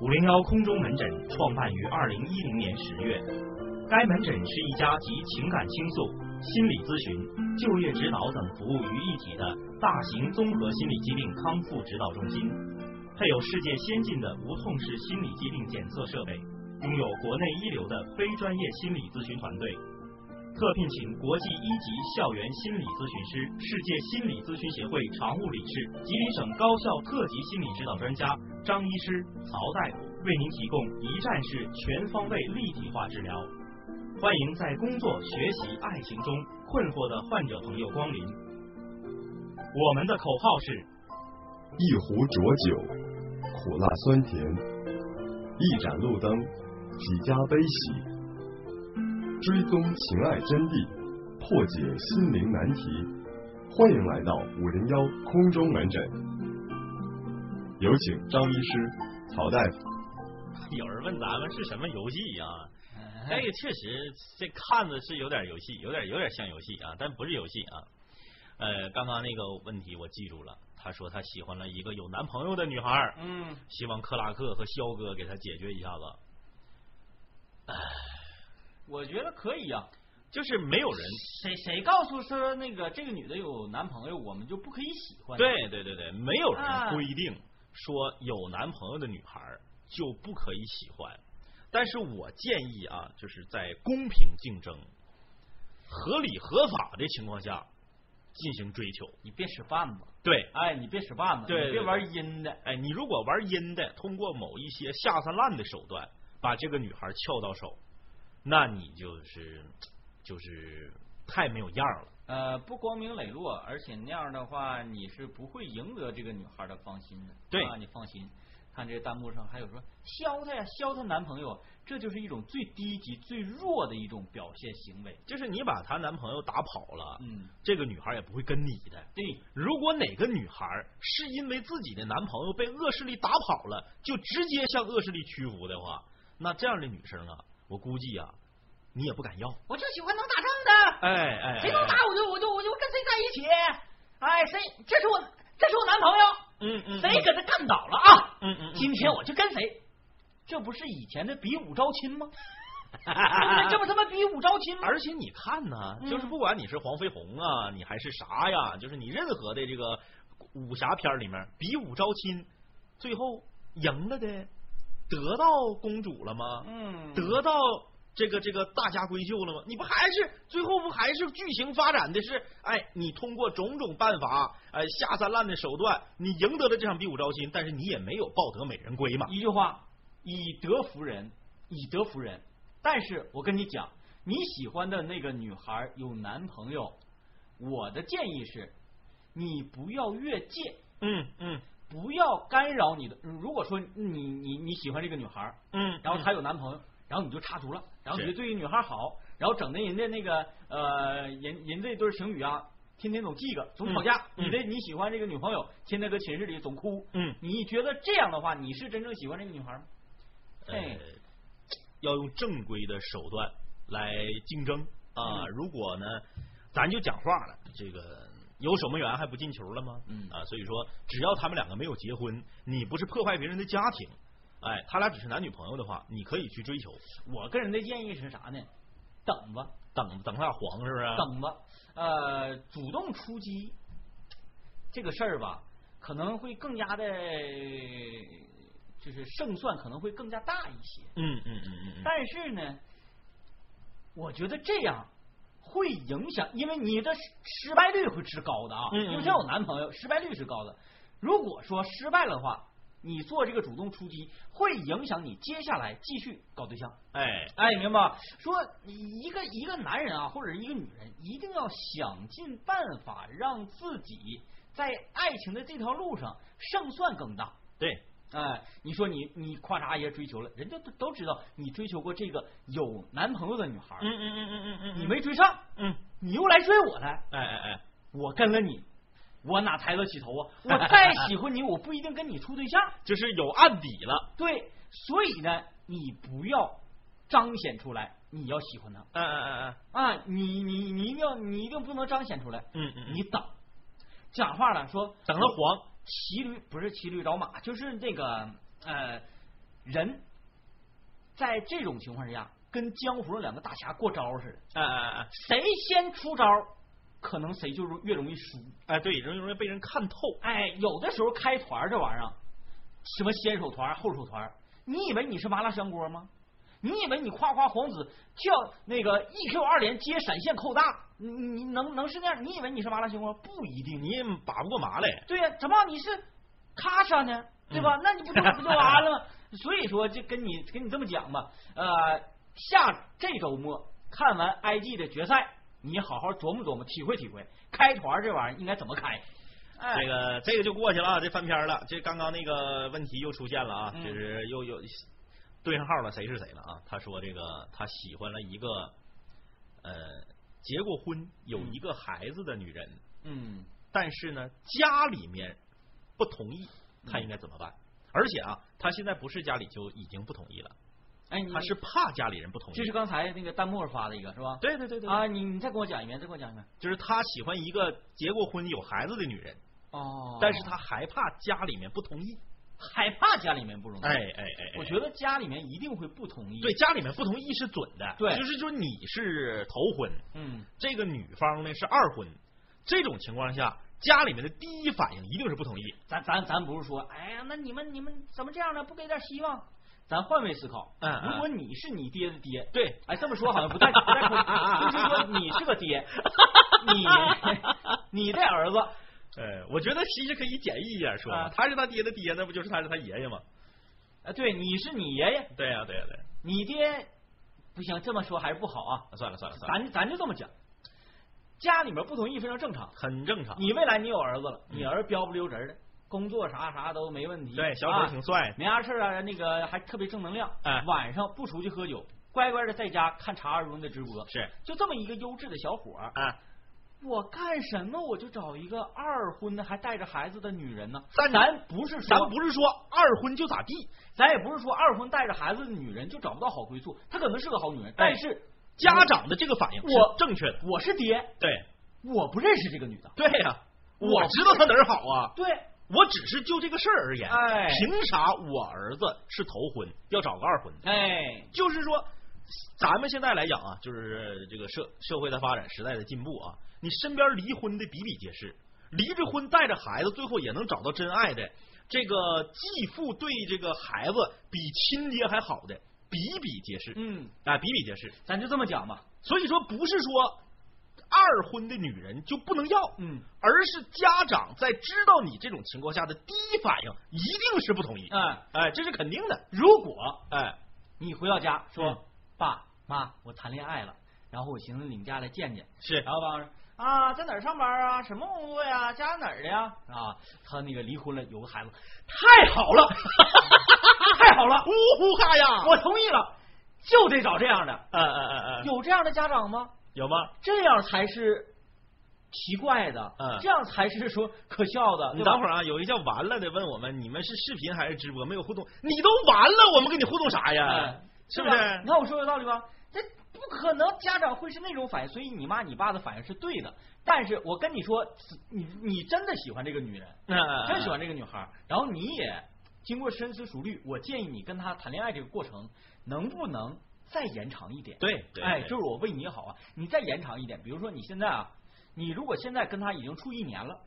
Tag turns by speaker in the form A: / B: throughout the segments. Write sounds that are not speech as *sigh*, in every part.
A: 五零幺空中门诊创办于二零一零年十月，该门诊是一家集情感倾诉、心理咨询、就业指导等服务于一体的大型综合心理疾病康复指导中心，配有世界先进的无痛式心理疾病检测设备，拥有国内一流的非专业心理咨询团队，特聘请国际一级校园心理咨询师、世界心理咨询协会常务理事、吉林省高校特级心理指导专家张医师、曹大夫，为您提供一站式全方位立体化治疗。欢迎在工作、学习、爱情中困惑的患者朋友光临。我们的口号是：
B: 一壶浊酒，苦辣酸甜；一盏路灯，几家悲喜。追踪情爱真谛，破解心灵难题。欢迎来到五零幺空中门诊，有请张医师、曹大夫。
C: 有人问咱们是什么游戏啊？
D: 哎
C: 这个确实，这看着是有点游戏，有点有点像游戏啊，但不是游戏啊。呃，刚刚那个问题我记住了，他说他喜欢了一个有男朋友的女孩儿，
D: 嗯，
C: 希望克拉克和肖哥给他解决一下子。
D: 我觉得可以啊。
C: 就是没有人，
D: 谁谁告诉说那个这个女的有男朋友，我们就不可以喜欢？，
C: 对对对对，没有
D: 啊
C: 人规定说有男朋友的女孩儿就不可以喜欢。但是我建议啊，就是在公平竞争、合理合法的情况下进行追求。
D: 你别使绊子，
C: 对，
D: 哎，你别使绊子，
C: 对对
D: 你别玩阴的。
C: 哎，你如果玩阴的，通过某一些下三滥的手段把这个女孩撬到手，那你就是就是太没有样儿了。
D: 呃，不光明磊落，而且那样的话，你是不会赢得这个女孩的芳心的。
C: 对
D: 啊，你放心。看这弹幕上还有说削她呀，削她男朋友，这就是一种最低级、最弱的一种表现行为。
C: 就是你把她男朋友打跑了，
D: 嗯，
C: 这个女孩也不会跟你的。
D: 对，
C: 如果哪个女孩是因为自己的男朋友被恶势力打跑了，就直接向恶势力屈服的话，那这样的女生啊，我估计啊，你也不敢要。
D: 我就喜欢能打仗
C: 哎哎，
D: 的，
C: 哎
D: 谁能打我就我就我就跟谁在一起。哎，谁这是我这是我男朋友，
C: 嗯嗯，
D: 谁给他干倒了啊？
C: 嗯嗯
D: *laughs*
C: 嗯
D: 今天我就跟谁，这不是以前的比武招亲吗？对不
E: 嗯
D: 对这不他妈比武招亲吗？
C: 而且你看呢、
D: 嗯
C: 就是不管你是黄飞鸿啊，你还是啥呀，就是你任何的这个武侠片里面比武招亲，最后赢了的得到公主了吗？
D: 嗯
C: 得到这个这个大家闺秀了吗？你不还是最后不还是剧情发展的是，哎，你通过种种办法，哎下三滥的手段，你赢得了这场比武招亲，但是你也没有抱得美人归嘛。
D: 一句话，以德服人，以德服人。但是我跟你讲，你喜欢的那个女孩有男朋友，我的建议是，你不要越界，
C: 嗯嗯
D: 不要干扰你的。如果说你你你喜欢这个女孩，
C: 嗯，
D: 然后她有男朋友，然后你就插足了，然后你
C: 是
D: 就对这女孩好，然后整的人家那个呃人人这对情侣啊，天天总记个，总吵架。
C: 嗯嗯
D: 你的你喜欢这个女朋友，天天搁寝室里总哭。
C: 嗯
D: 你觉得这样的话，你是真正喜欢这个女孩吗？哎
C: 呃，要用正规的手段来竞争啊。
D: 嗯
C: 如果呢，咱就讲话了，这个有守门员还不进球了吗？
D: 嗯
C: 啊，所以说只要他们两个没有结婚，你不是破坏别人的家庭，哎，他俩只是男女朋友的话，你可以去追求，
D: 我个人的建议是啥呢？等吧，
C: 等等他俩黄是啊不是？
D: 等吧，呃，主动出击这个事儿吧，可能会更加的，就是胜算可能会更加大一些。
C: 嗯嗯嗯嗯嗯，
D: 但是呢，我觉得这样会影响，因为你的失失败率会是高的啊。
C: 嗯嗯嗯
D: 因为她有男朋友，失败率是高的。如果说失败了的话，你做这个主动出击，会影响你接下来继续搞对象。
C: 哎，
D: 哎，明白吧？说一个一个男人啊，或者一个女人，一定要想尽办法让自己在爱情的这条路上胜算更大。
C: 对，
D: 哎，你说你你咔嚓一下追求了，人家都都知道你追求过这个有男朋友的女孩儿，
C: 嗯嗯嗯嗯嗯嗯，
D: 你没追上，
C: 嗯，
D: 你又来追我来，
C: 哎哎哎，
D: 我跟了你，我哪抬得起头啊？ *laughs* 我再喜欢你，我不一定跟你处对象。
C: 就是有案底了，
D: 对，所以呢，你不要彰显出来你要喜欢他
C: 哎哎哎哎，
D: 啊，你你你一定要你一定不能彰显出来，
C: 嗯嗯，嗯
D: 你等。讲话了，说
C: 等他黄，
D: 骑驴不是骑驴找马，就是那个呃，人在这种情况下，跟江湖上两个大侠过招似的，
C: 哎哎哎
D: 谁先出招，可能谁就越容易输。
C: 哎，对，容易容易被人看透。
D: 哎，有的时候开团儿这玩意儿，什么先手团儿、后手团儿，你以为你是麻辣香锅吗？你以为你夸夸皇子跳那个 E Q 二连接闪现扣大，你你能能是那样？你以为你是麻辣香锅？不一定。
C: 你也把不过麻来，
D: 对呀、怎么你是咔嚓呢？对
C: 嗯
D: 吧？那你不就不就完了吗？ *laughs* 所以说，就跟你跟你这么讲吧，呃，下这周末看完 IG 的决赛，你好好琢磨琢磨，体会体会，开团儿这玩意儿应该怎么开。哎，
C: 这个这个就过去了，啊，这翻篇了。这刚刚那个问题又出现了啊，
D: 嗯
C: 就是又又对上号了，谁是谁了啊？他说这个他喜欢了一个呃结过婚有一个孩子的女人，
D: 嗯
C: 但是呢家里面不同意，
D: 嗯
C: 他应该怎么办？而且啊，他现在不是家里就已经不同意了，，
D: 哎，你
C: 他是怕家里人不同意。
D: 这是刚才那个弹幕发的一个是吧？
C: 对对对对，
D: 啊，你你再给我讲一遍，再给我讲一遍。
C: 就是他喜欢一个结过婚有孩子的女人，
D: 哦
C: 但是他害怕家里面不同意。
D: 害怕家里面不容易。
C: 哎哎哎，哎
D: 我觉得家里面一定会不同意。
C: 对，家里面不同意是准的，
D: 对
C: 就是说你是头婚，
D: 嗯，
C: 这个女方呢是二婚，这种情况下，家里面的第一反应一定是不同意。
D: 咱咱咱不是说，哎呀，那你们你们怎么这样呢？不给点希望？咱换位思考，
C: 嗯嗯
D: 如果你是你爹的爹，
C: 对，
D: 哎，这么说好像不太不太公
C: *laughs*
D: 平，就是说你是个爹，你你的儿子，
C: 呃，我觉得其实可以简易一点说嘛，
D: 啊
C: 他是他爹的爹，那不就是他是他爷爷吗？
D: 哎，对，你是你爷爷，
C: 对呀、对呀、对、呀
D: 你爹不行，这么说还是不好啊。
C: 算了算了算了，
D: 咱咱就这么讲，家里面不同意非常正常。
C: 很正常。
D: 你未来你有儿子了，
C: 嗯
D: 你儿子标不溜直儿的，工作啥啥都没问题，
C: 对，小
D: 啊
C: 伙挺帅，
D: 没啥事儿啊，那个还特别正能量。
C: 哎
D: 晚上不出去喝酒，乖乖的在家看查尔文的直播，
C: 是
D: 就这么一个优质的小伙儿，
C: 啊，
D: 我干什么我就找一个二婚的还带着孩子的女人呢？
C: 但
D: 咱不是
C: 咱
D: 说
C: 不是说二婚就咋地，
D: 咱也不是说二婚带着孩子的女人就找不到好归宿，她可能是个好女人，
C: 哎
D: 但是
C: 家长的这个反应是
D: 我
C: 正确的。
D: 我是爹，
C: 对
D: 我不认识这个女的，
C: 对呀、我
D: 我
C: 知道他哪儿好啊。
D: 对。
C: 我只是就这个事儿而言，
D: 哎
C: 凭啥我儿子是头婚要找个二婚？
D: 哎，
C: 就是说，咱们现在来讲啊，就是这个社社会的发展，时代的进步啊，你身边离婚的比比皆是，离着婚带着孩子，最后也能找到真爱的，这个继父对这个孩子比亲爹还好的，比比皆是，
D: 嗯，
C: 啊，比比皆是。
D: 咱就这么讲吧。
C: 所以说，不是说二婚的女人就不能要，
D: 嗯，
C: 而是家长在知道你这种情况下的第一反应一定是不同意，
D: 哎，
C: 哎，这是肯定的，
D: 如果
C: 哎，
D: 你回到家说、
C: 嗯
D: 爸妈，我谈恋爱了，然后我寻思领家来见见，
C: 是
D: 然后爸妈说啊，在哪儿上班啊？什么工作呀？家哪儿的呀？啊，他那个离婚了，有个孩子，太好了， *laughs* 太好了，
C: 呜呼哈呀，
D: 我同意了，就得找这样的。
C: 嗯嗯嗯嗯，
D: 有这样的家长吗？
C: 有吗？
D: 这样才是奇怪的，
C: 嗯
D: 这样才是说可笑的。
C: 你
D: 对吧
C: 等会儿啊，有一叫完了的问我们，你们是视频还是直播？没有互动，你都完了，我们跟你互动啥呀
D: 哎？
C: 是不
D: 吧
C: 是？嗯
D: 你看我说有道理吧？这不可能，家长会是那种反应，所以你妈你爸的反应是对的。但是我跟你说，你你真的喜欢这个女人，
C: 嗯嗯
D: 真喜欢这个女孩儿，然后你也经过深思熟虑，我建议你跟她谈恋爱这个过程能不能再延长一点？
C: 对对，
D: 哎，
C: 对
D: 就是我为你好啊，你再延长一点，比如说你现在啊，你如果现在跟她已经处一年了。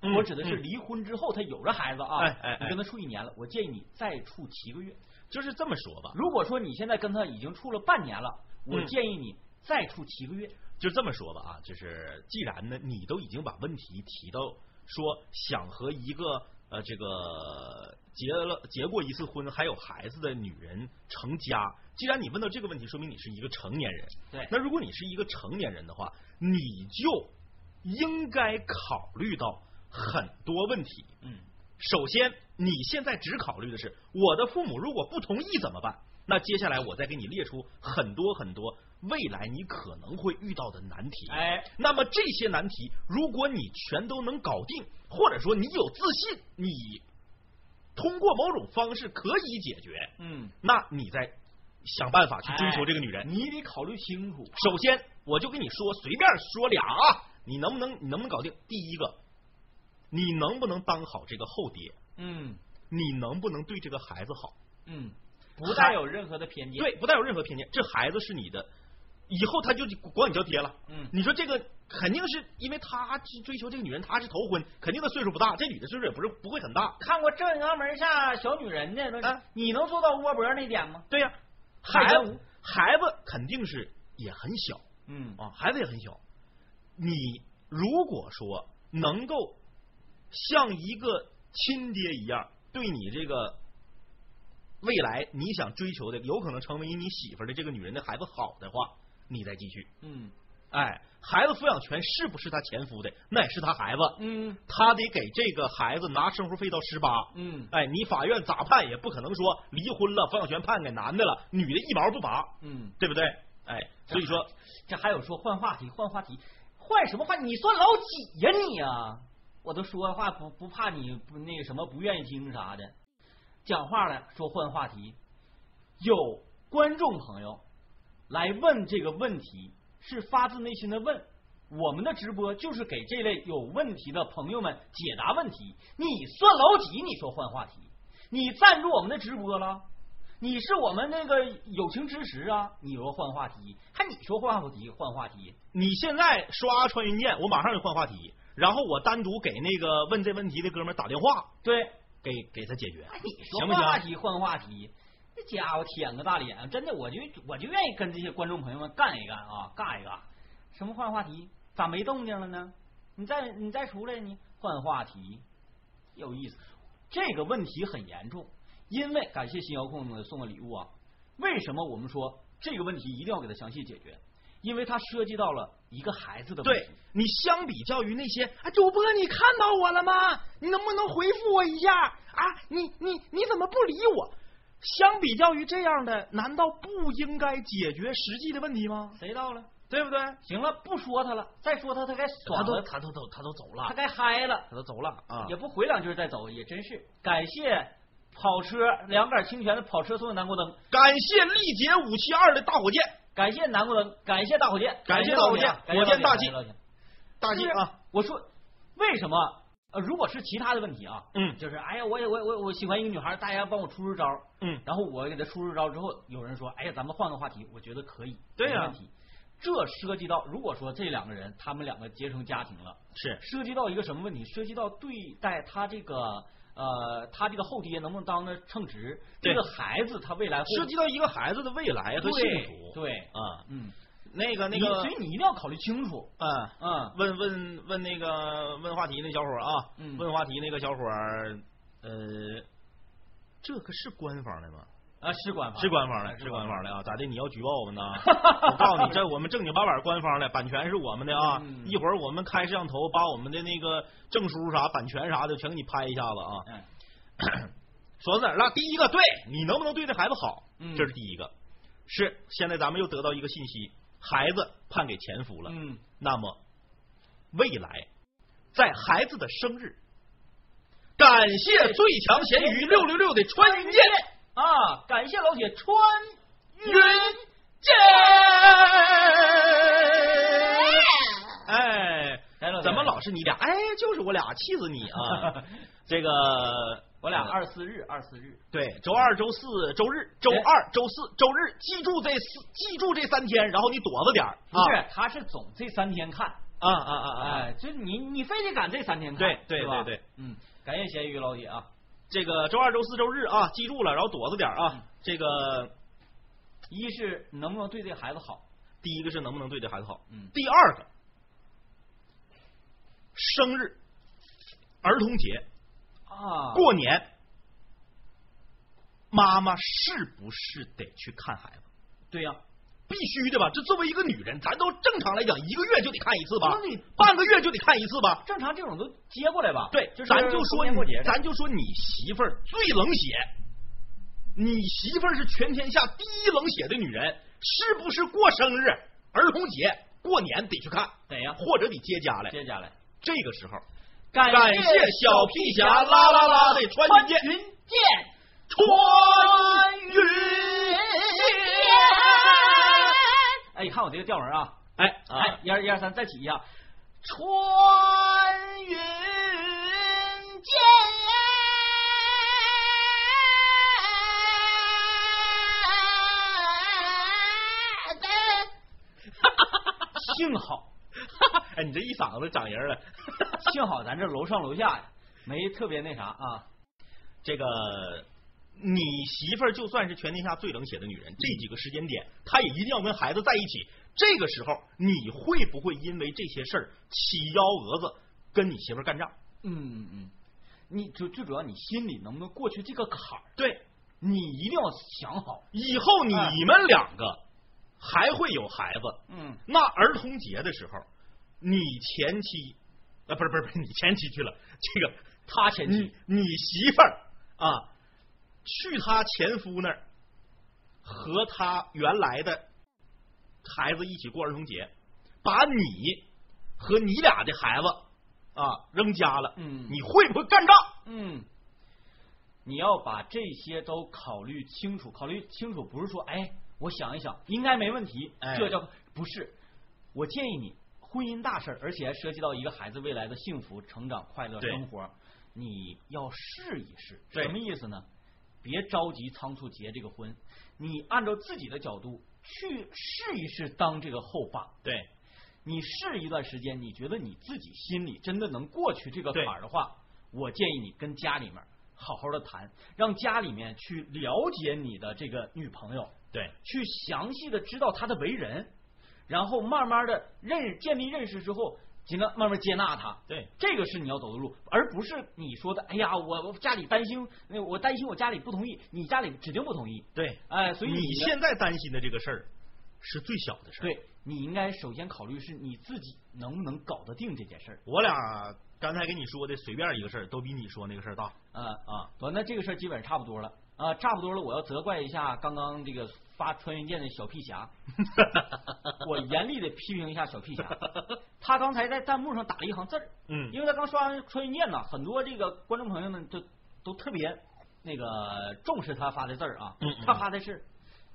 C: 嗯
D: 我指的是
C: 嗯
D: 离婚之后，她有了孩子啊，
C: 哎哎哎
D: 你跟她处一年了，我建议你再处七个月。
C: 就是这么说吧，
D: 如果说你现在跟他已经处了半年了，我
C: 嗯
D: 建议你再处七个月。
C: 就这么说吧啊，就是既然呢，你都已经把问题提到说想和一个呃这个结了结过一次婚还有孩子的女人成家，既然你问到这个问题，说明你是一个成年人。
D: 对
C: 那如果你是一个成年人的话，你就应该考虑到很多问题。
D: 嗯，
C: 首先，你现在只考虑的是我的父母如果不同意怎么办？那接下来我再给你列出很多很多未来你可能会遇到的难题。
D: 哎，
C: 那么这些难题，如果你全都能搞定，或者说你有自信，你通过某种方式可以解决，
D: 嗯，
C: 那你再想办法去追求这个女人。
D: 你得考虑清楚。
C: 首先，我就跟你说，随便说俩啊，你能不能你能不能搞定？第一个，你能不能当好这个后爹？
D: 嗯
C: 你能不能对这个孩子好？
D: 嗯，不带有任何的偏见。
C: 对，不带有任何偏见，这孩子是你的，以后他就管你叫爹了。
D: 嗯
C: 你说这个肯定是因为他去追求这个女人，他是头婚，肯定他岁数不大，这女的岁数也不是不会很大。
D: 看过《正阳门下小女人》的都是
C: 啊
D: 你能做到窝脖那点吗？
C: 对呀、
D: 海
C: 孩
D: 南
C: 子孩子肯定是也很小
D: 嗯
C: 啊，孩子也很小。你如果说能够像一个亲爹一样，对你这个未来你想追求的，有可能成为你媳妇儿的这个女人的孩子好的话，你再继续。
D: 嗯
C: 哎，孩子抚养权是不是他前夫的？那也是他孩子，
D: 嗯
C: 他得给这个孩子拿生活费到十八。
D: 嗯
C: 哎，你法院咋判也不可能说离婚了，抚养权判给男的了，女的一毛不拔，
D: 嗯，
C: 对不对？哎，所以说，
D: 这还有说换话题，换话题，换什么话？你算老几呀、你啊？我都说话不不怕你不那个什么不愿意听啥的，讲话了说换话题。有观众朋友来问这个问题，是发自内心的问。我们的直播就是给这类有问题的朋友们解答问题。你算老几？你说换话题？你赞助我们的直播了？你是我们那个友情支持啊！你又换话题，还你说换话题换话题？
C: 你现在刷穿云箭，我马上就换话题，然后我单独给那个问这问题的哥们儿打电话，
D: 对，
C: 给给他解决
D: 哎，你，说
C: 行不
D: 换话
C: 行？
D: 题换话题，这家伙舔个大脸，真的，我就我就愿意跟这些观众朋友们干一干啊，尬一尬。什么换话题？咋没动静了呢？你再你再出来，你换话题，有意思。这个问题很严重，因为感谢新遥控的送的礼物啊。为什么我们说这个问题一定要给它详细解决？因为它涉及到了一个孩子的问题
C: 对。你相比较于那些啊，主播你看到我了吗？你能不能回复我一下啊？你你你怎么不理我？相比较于这样的，难道不应该解决实际的问题吗？
D: 谁到了？
C: 对不对？
D: 行了，不说他了，再说他他该
C: 他
D: 爽
C: 都
D: 了，
C: 他都都他都走
D: 他
C: 了，
D: 该嗨了。
C: 他都走了啊！
D: 也不回两句再走，也真是感谢跑车两杆清泉的跑车送的南瓜灯，
C: 感谢力竭五七二的大火箭，
D: 感谢南瓜灯，感谢大火箭，
C: 感谢
D: 谢
C: 大
D: 火
C: 火箭火箭大气大
D: 就是
C: 金啊！
D: 我说为什么？呃，如果是其他的问题啊，
C: 嗯
D: 就是哎呀，我也我也我也我喜欢一个女孩，大家帮我出出招，
C: 嗯，
D: 然后我给她出出招之后，有人说，哎呀，咱们换个话题，我觉得可以，
C: 对呀
D: 没问题。这涉及到，如果说这两个人他们两个结成家庭了，
C: 是
D: 涉及到一个什么问题？涉及到对待他这个呃，他这个后爹能不能当的称职？
C: 对
D: 这个孩子他未来会
C: 涉及到一个孩子的未来和
D: 对
C: 幸福
D: 对，
C: 啊。
D: 嗯，
C: 那个那
D: 你
C: 个
D: 所，以你一定要考虑清楚，
C: 嗯，
D: 嗯
C: 问问问那个问话题那小伙儿啊，
D: 嗯
C: 问话题那个小伙儿，呃，这个是官方的吗？
D: 啊，是官方，
C: 是官方的，是官方的啊！咋的？你要举报我们呢？我告诉你，这我们正经八百官方的，版权是我们的啊！
D: 嗯
C: 一会儿我们开摄像头，把我们的那个证书啥、版权啥的，全给你拍一下子啊！
D: 嗯
C: 说到哪儿了？第一个，对你能不能对这孩子好，
D: 嗯
C: 这是第一个。是现在咱们又得到一个信息，孩子判给前夫了。
D: 嗯，
C: 那么未来在孩子的生日，感谢最强咸鱼六六六的穿云箭，
D: 啊，感谢老铁穿
C: 云
D: 云
C: 箭。哎，
D: 来老铁
C: 怎么老是你俩？哎，就是我俩，气死你
D: *laughs*
C: 啊！这个
D: 我俩
C: 嗯
D: 二四日二四日，
C: 对，周二、周四、周日、周二、周四、周日，记住这四，记住这三天，然后你躲着点儿。
D: 不是，他是总这三天看，
C: 啊啊啊啊啊！
D: 哎，就你你非得赶这三天看，
C: 对对
D: 是吧
C: 对对，
D: 嗯，感谢咸鱼老铁啊，
C: 这个周二、周四、周日啊，记住了，然后躲着点儿
D: 嗯
C: 啊。这个
D: 一是能不能对这孩子好，
C: 第一个是能不能对这孩子好，
D: 嗯
C: 第二个生日、儿童节、
D: 啊，
C: 过年，妈妈是不是得去看孩子？
D: 对呀、
C: 必须的吧？这作为一个女人，咱都正常来讲，一个月就得看一次吧
D: 那你，
C: 半个月就得看一次吧。
D: 正常这种都接过来吧。
C: 对，
D: 就是
C: 咱就说
D: 逢年过节
C: 你，咱就说你媳妇儿最冷血，你媳妇儿是全天下第一冷血的女人，是不是过生日、儿童节、过年得去看，
D: 得呀，
C: 或者得接家来？
D: 接下来
C: 这个时候，
D: 感
C: 感谢小屁侠啦啦啦的穿云箭，
D: 云箭，
C: 穿云
D: 哎，你看我这个调门啊，
C: 哎
D: 哎
C: 哎，，
D: 一二一二三，再起一下，
E: 穿云箭。
D: 幸好
C: 哎，你这一嗓子长人了。 *laughs*
D: 幸好咱这楼上楼下呀，没特别那啥啊。
C: 这个你媳妇儿就算是全天下最冷血的女人，这几个时间点，她也一定要跟孩子在一起。这个时候，你会不会因为这些事儿起幺蛾子跟你媳妇儿干仗？
D: 嗯嗯嗯，你就最主要你心里能不能过去这个坎儿，
C: 对，
D: 你一定要想好。
C: 以后你们两个还会有孩子，
D: 嗯
C: 那儿童节的时候，你前妻啊，不是不是不是你前妻去了，这个他前妻，你媳妇儿啊，去他前夫那儿和他原来的孩子一起过儿童节，把你和你俩的孩子啊扔家了，
D: 嗯
C: 你会不会干仗？
D: 嗯，你要把这些都考虑清楚。考虑清楚不是说，哎，我想一想，应该没问题，
C: 哎
D: 这叫不是。我建议你，婚姻大事儿，而且还涉及到一个孩子未来的幸福、成长、快乐
C: 对
D: 生活，你要试一试。
C: 对
D: 什么意思呢？别着急仓促结这个婚，你按照自己的角度去试一试当这个后爸。
C: 对，
D: 你试一段时间，你觉得你自己心里真的能过去这个
C: 对
D: 坎儿的话，我建议你跟家里面好好的谈，让家里面去了解你的这个女朋友，
C: 对，
D: 去详细的知道她的为人，然后慢慢的认建立认识之后，尽量慢慢接纳她。
C: 对，
D: 这个是你要走的路，而不是你说的，哎呀，我我家里担心，那我担心我家里不同意，你家里指定不同意，
C: 对，
D: 哎，所以
C: 你
D: 呢
C: 现在担心的这个事儿是最小的事儿。
D: 对你应该首先考虑是你自己能不能搞得定这件事儿。
C: 我俩刚才跟你说的随便一个事儿，都比你说那个事儿大。
D: 啊啊，完那这个事儿基本上差不多了啊，差不多了。我要责怪一下刚刚这个发穿云箭的小
C: *laughs*
D: 屁侠，我严厉的批评一下小屁侠，他刚才在弹幕上打了一行字儿，
C: 嗯
D: 因为他刚刷完穿云箭呢，很多这个观众朋友们就都特别那个重视他发的字儿啊
C: 嗯嗯，
D: 他发的是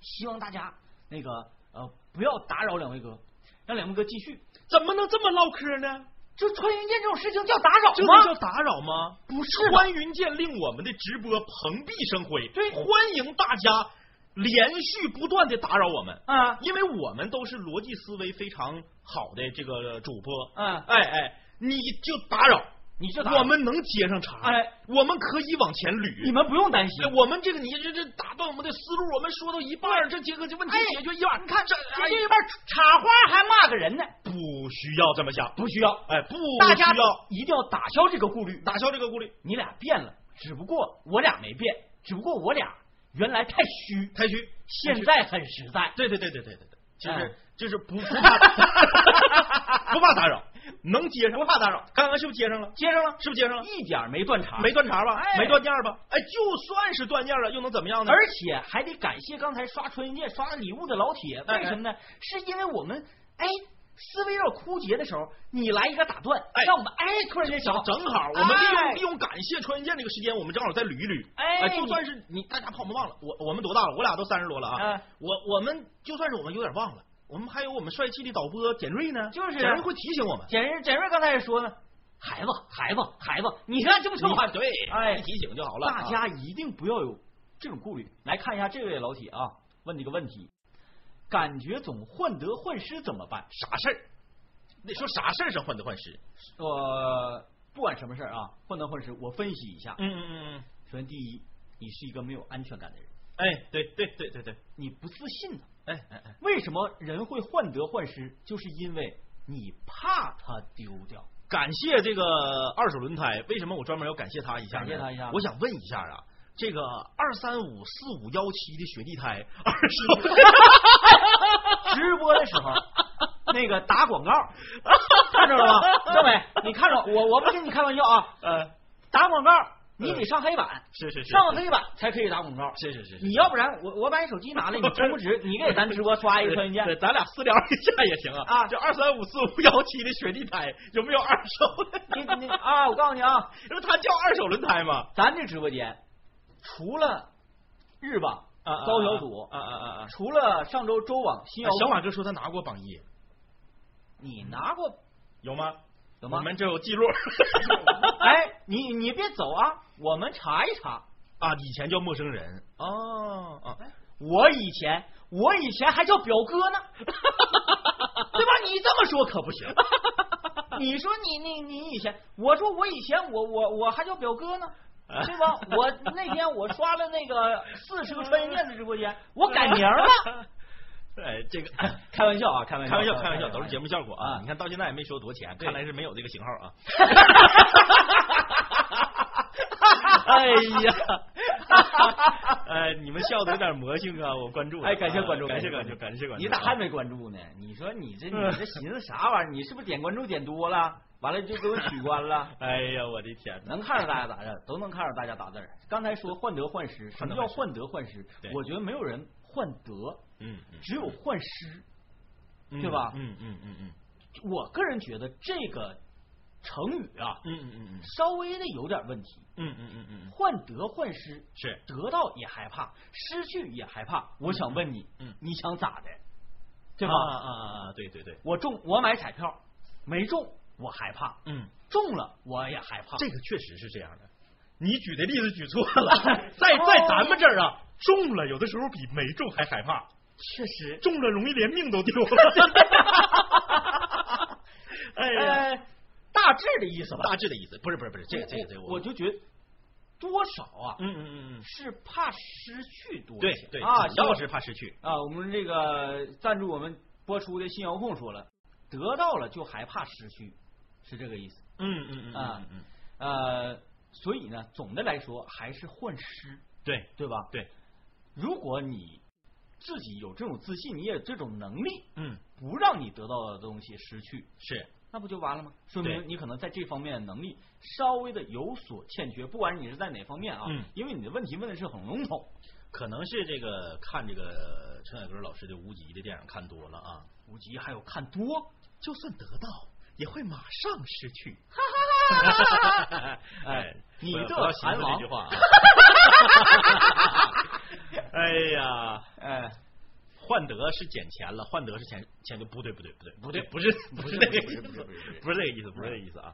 D: 希望大家那个呃不要打扰两位哥，让两位哥继续。
C: 怎么能这么唠嗑呢？
D: 就穿云箭这种事情叫打扰
C: 这
D: 吗？
C: 能叫打扰吗？
D: 不是的
C: 穿云箭令我们的直播蓬荜生辉，啊对，欢迎大家连续不断的打扰我们，
D: 啊
C: 因为我们都是逻辑思维非常好的这个主播。
D: 啊，
C: 哎哎，你就打扰，
D: 你就打扰
C: 我们能接上茬，
D: 哎，
C: 我们可以往前捋，
D: 你们不用担心
C: 对，。我们这个你这这打断我们的思路，我们说到一半儿，这结个这问题
D: 哎
C: 解决一半儿，你看这哎
D: 这一半插花还骂个人呢，
C: 不需要这么想，
D: 不需要
C: 哎，不
D: 大家
C: 需要
D: 一定要打消这个顾虑。
C: 打消这个顾虑，
D: 你俩变了，只不过我俩没变，只不过我俩原来太虚，
C: 太虚。
D: 现在很实在。
C: 对对对对对对对，就是
D: 哎
C: 就是不不怕 *laughs* 不怕打扰，能接上不怕打扰。刚刚是不是接上了？
D: 接上了，
C: 是不是接上了？
D: 一点没断茬，
C: 没。断茬吧？
D: 哎
C: 没断念儿吧？啊哎，就算是断念儿了，又能怎么样呢？
D: 而且还得感谢刚才刷穿云箭刷礼物的老铁，
C: 哎
D: 为什么呢？是因为我们哎思维要枯竭的时候，你来一个打断，
C: 哎
D: 让我们哎突然间想
C: 正好，我们利
D: 哎
C: 用利用感谢穿云箭这个时间，我们正好再捋一捋。
D: 哎
C: 就算是你大家怕我们忘了，我我们多大了？我俩都三十多了啊
D: 哎。
C: 我我们就算是我们有点忘了，我们还有我们帅气的导播简瑞呢，
D: 就是啊
C: 简瑞会提醒我们。
D: 简瑞简瑞刚才也说呢，孩子孩子孩子，你看这不挺好
C: 你？对，
D: 哎
C: 一提醒就好了。啊
D: 大家一定不要有这种顾虑。来看一下这位老铁啊，问这个问题，感觉总患得患失怎么办？
C: 啥事儿？那说啥事儿上患得患失？
D: 呃，不管什么事儿啊，患得患失，我分析一下。
C: 嗯嗯嗯嗯，
D: 首先，第一，你是一个没有安全感的人，
C: 哎，对对对对对，
D: 你不自信的。
C: 哎哎哎，
D: 为什么人会患得患失？就是因为你怕他丢掉。
C: 感谢这个二手轮胎，为什么我专门要感谢他一下呢？
D: 感谢他一下
C: 我想问一下啊，这个二三五四五幺七的雪地
D: *laughs*
C: 胎，二手
D: 直播的时候，那个打广告，看着
C: *laughs*
D: 了吗？政委，你看着我，我不跟你开玩笑啊！
C: 呃，
D: 打广告，你
C: 嗯
D: 得上黑板，
C: 是是是，
D: 上了黑板才可以打广告。
C: 是是是，是
D: 你要不然我我把你手机拿来，你充不
C: *laughs*
D: 值，你给咱直播刷一个穿云箭
C: 对，咱俩私聊一下也行啊。
D: 啊
C: 这二三五四五幺七的雪地胎有没有二手的？ *laughs*
D: 你你啊，我告诉你啊，
C: 因为它叫二手轮胎嘛。
D: 咱这直播间除了日榜
C: 啊啊
D: 高小组，
C: 啊啊啊啊！
D: 除了上周周网新
C: 哎
D: 谣，
C: 小马哥说他拿过榜一，
D: 你拿过
C: 有吗？
D: 有吗
C: 我？们这有记录
D: *laughs*
C: *laughs*
D: 哎，你你别走啊，我们查一查。
C: 啊，以前叫陌生人哦哦，
D: 我以前我以前还叫表哥 *laughs* 呢，对吧？你这么说可不 *laughs* 行。你说你你你以前，我说我以前我我我还叫表哥呢，对吧？我那天我刷了那个四十个穿云箭的直播 *laughs* 间，我改名了。
C: 哎，这个
D: *laughs* 开玩笑啊，开玩
C: 开
D: 笑，
C: 玩笑，开玩笑，都是节目效果
D: 啊
C: 啊！你看到现在也没收多少钱，
D: 对
C: 看来是没有这个型号啊。
D: 哎呀，
C: *laughs* 哎，你们笑的有点魔性啊！我关注了，
D: 哎，感谢
C: 啊
D: 关注，
C: 感谢关注，感谢关注。
D: 你咋还没关注呢？你说你这你
C: *laughs*
D: 这寻思啥玩意儿？你是不是点关注点多了？完了就给我取关了？
C: 哎呀，我的天哪！
D: 能看着大家打字儿，都能看着大家打字儿。刚才说患得患失，什么叫患得患失
C: 对？
D: 我觉得没有人患得，
C: 嗯，嗯
D: 只有患失。
C: 嗯
D: 对吧
C: 嗯嗯嗯嗯
D: 我个人觉得这个成语啊，
C: 嗯嗯嗯
D: 稍微的有点问题。
C: 嗯嗯嗯嗯，
D: 患得患失，
C: 是
D: 得到也害怕，失去也害怕。我想问你，
C: 嗯
D: 你想咋的？对吧？
C: 啊啊啊啊！对对对，
D: 我中，我买彩票没中，我害怕；
C: 嗯，
D: 中了我也害怕。
C: 这个确实是这样的。你举的例子举错 *laughs* 了，在在咱们这儿啊，中了有的时候比没中还害怕，
D: 确实，
C: 中了容易连命都丢
D: *laughs*
C: 了。哎呀，
D: 呃，大致的意思吧。
C: 大致的意思，不是不是不是，这个这个这个，
D: 我就觉得多少啊，
C: 嗯嗯嗯嗯，
D: 是怕失去多
C: 对
D: 一些
C: 对，
D: 啊，
C: 主
D: 像
C: 要是怕失去，
D: 啊，我们这个赞助我们播出的新遥控说了，得到了就害怕失去，是这个意思。
C: 嗯嗯嗯
D: 啊
C: 嗯嗯，
D: 呃，所以呢，总的来说还是患失，
C: 对
D: 对吧？
C: 对，
D: 如果你自己有这种自信，你也有这种能力，
C: 嗯
D: 不让你得到的东西失去，
C: 是，
D: 那不就完了吗？说
C: 对
D: 明你可能在这方面的能力稍微的有所欠缺，不管你是在哪方面啊，
C: 嗯
D: 因为你的问题问的是很笼统。
C: 可能是这个看这个陈凯歌老师的《无极》的电影看多了啊，
D: 五级还有看多，
C: 就算得到，也会马上失
D: *laughs*
C: 去。哎，
D: 你
C: 不要
D: 这
C: 不要寻
D: 韩
C: 思
D: 王
C: 这句
D: *laughs*
C: 话啊！哎呀，
D: 哎，
C: 换得是捡钱了，换得是钱钱就不对不对不对
D: 不对
C: 不是
D: 不
C: 不
D: 是
C: 是这个
D: 不
C: 意
D: 是
C: 思，
D: 不 *laughs* 是不是
C: 不是这个意思，不是这个意思啊。呃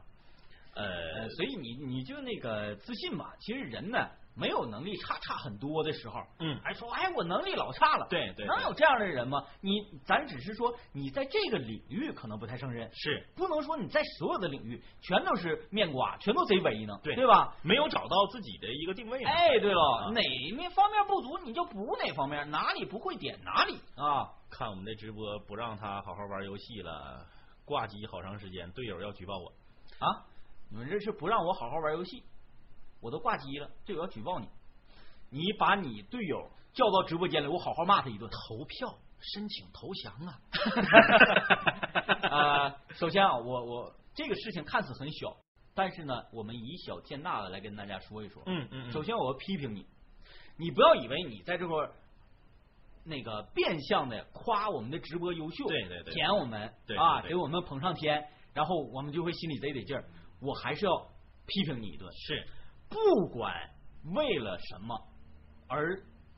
D: 呃，，所以你你就那个自信吧。其实人呢，没有能力差差很多的时候，
C: 嗯，
D: 还说哎我能力老差了，
C: 对对
D: 能
C: 对
D: 有这样的人吗？你咱只是说你在这个领域可能不太胜任，
C: 是
D: 不能说你在所有的领域全都是面瓜，全都贼唯呢，
C: 对
D: 对吧？
C: 没有找到自己的一个定 *laughs* 位嘛。
D: 哎，对
C: 啊
D: 了，哪面方面不足你就补哪方面，哪里不会点哪里啊。
C: 看我们的直播不让他好好玩游戏了，挂机好长时间，队友要举报我。
D: 啊，你们这是不让我好好玩游戏，我都挂机了，队友要举报你，你把你队友叫到直播间来，我好好骂他一顿。
C: 投票申请投降啊！
D: 呃，首先啊，我我这个事情看似很小，但是呢，我们以小见大的来跟大家说一说。
C: 嗯嗯，
D: 首先我要批评你，你不要以为你在这块儿那个变相的夸我们的直播优秀，
C: 对对对
D: 舔我们
C: 对对
D: 啊，
C: 对
D: 给我们捧上天，然后我们就会心里贼得劲儿。我还是要批评你一顿，
C: 是
D: 不管为了什么而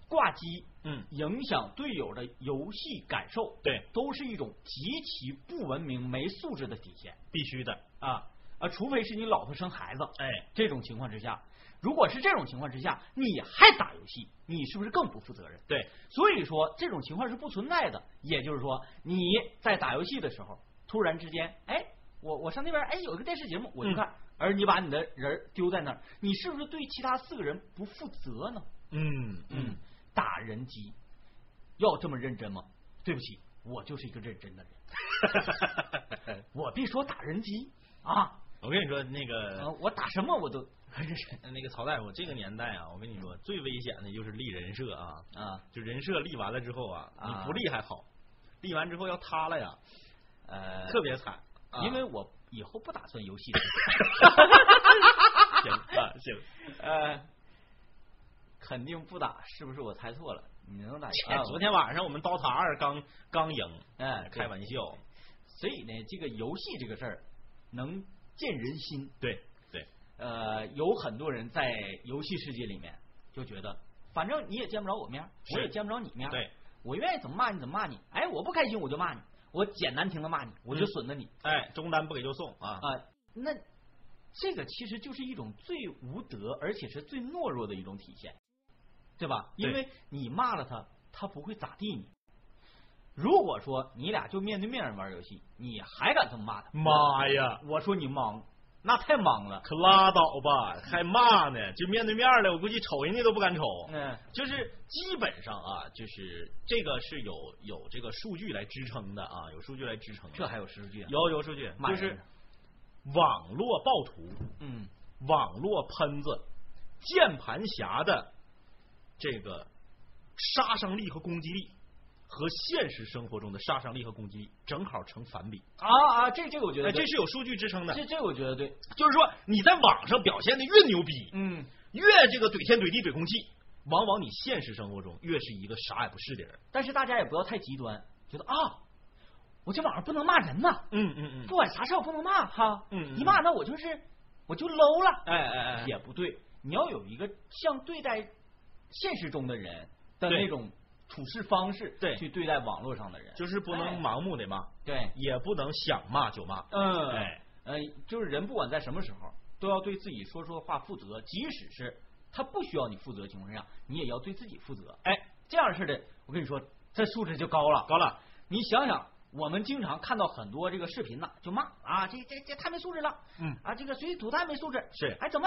D: 挂机，
C: 嗯
D: 影响队友的游戏感受，
C: 对，
D: 都是一种极其不文明、没素质的底线
C: 必须的。
D: 啊啊！除非是你老婆生孩子，
C: 哎，
D: 这种情况之下，如果是这种情况之下，你还打游戏，你是不是更不负责任？
C: 对，
D: 所以说这种情况是不存在的。也就是说，你在打游戏的时候，突然之间，哎，我我上那边，哎，有一个电视节目，
C: 嗯
D: 我就看，而你把你的人丢在那儿，你是不是对其他四个人不负责呢？
C: 嗯
D: 嗯，打人机要这么认真吗？对不起，我就是一个认真的人。 *laughs* 我别说打人机啊，
C: 我跟你说，那个、
D: 呃我打什么我都很认
C: *laughs*
D: 真
C: 那个曹大夫，这个年代啊，我跟你说，最危险的就是立人设啊，
D: 啊。
C: 就人设立完了之后啊，
D: 啊
C: 你不立还好，立完之后要塌了呀，
D: 呃，
C: 特别惨。啊 *laughs*
D: 因为我以后不打算游戏了。
C: 行啊行，
D: *laughs* 呃，肯定不打，是不是我猜错了？你能打赢啊？
C: 昨天晚上我们刀塔二刚刚赢，
D: 哎，
C: 开
D: 笑。
C: 玩笑，
D: 所以呢，这个游戏这个事儿能见人心。
C: 对对，
D: 呃，有很多人在游戏世界里面就觉得，反正你也见不着我面儿，我
C: 是
D: 也见不着你面儿，
C: 对，
D: 我愿意怎么骂你怎么骂你。哎，我不开心我就骂你，我简单听的骂你，我就
C: 嗯
D: 损的你
C: 哎，中单不给就送啊，
D: 啊、那这个其实就是一种最无德，而且是最懦弱的一种体现，对吧？
C: 对
D: 因为你骂了他，他不会咋地你。如果说你俩就面对面玩游戏，你还敢这么骂他？
C: 妈呀，
D: 我说你莽，那太莽了。
C: 可拉倒吧，还骂呢？就面对面了，我估计瞅人家都不敢瞅。
D: 嗯，
C: 就是基本上啊，就是这个是有有这个数据来支撑的啊，有数据来支撑的。
D: 这还有数据啊？
C: 有有数据，
D: 骂
C: 就
D: 人
C: 是网络暴徒、
D: 嗯，
C: 网络喷子、键盘侠的这个杀伤力和攻击力，和现实生活中的杀伤力和攻击力正好成反比。
D: 啊啊，这这个我觉得
C: 哎，这
D: 对嗯
C: 是有数据支撑的。
D: 这这个我觉得对。
C: 就是说，你在网上表现的越牛逼，
D: 嗯，
C: 越这个怼天怼地怼空气，往往你现实生活中越是一个啥也不是的人。
D: 但是大家也不要太极端，觉得啊，我这网上不能骂人呐，
C: 嗯嗯
D: 不管啥事儿我不能骂哈，
C: 嗯嗯
D: 一骂那我就是我就 low 了，
C: 哎哎哎
D: 也不对，你要有一个像对待现实中的人的
C: 对
D: 那种处事方式，
C: 对
D: 去对待网络上的人，
C: 就是不
D: 哎
C: 能盲目的骂，
D: 对，
C: 也不能想骂就骂。
D: 嗯，
C: 哎，
D: 呃，就是人不管在什么时候，都要对自己说出的话负责，即使是他不需要你负责的情况下，你也要对自己负责。哎，这样式的，我跟你说，这素质就高了。
C: 高了，
D: 你想想，我们经常看到很多这个视频呐，就骂啊，这这这太没素质了，
C: 嗯
D: 啊，这个随地吐太没素质，
C: 是
D: 哎，怎么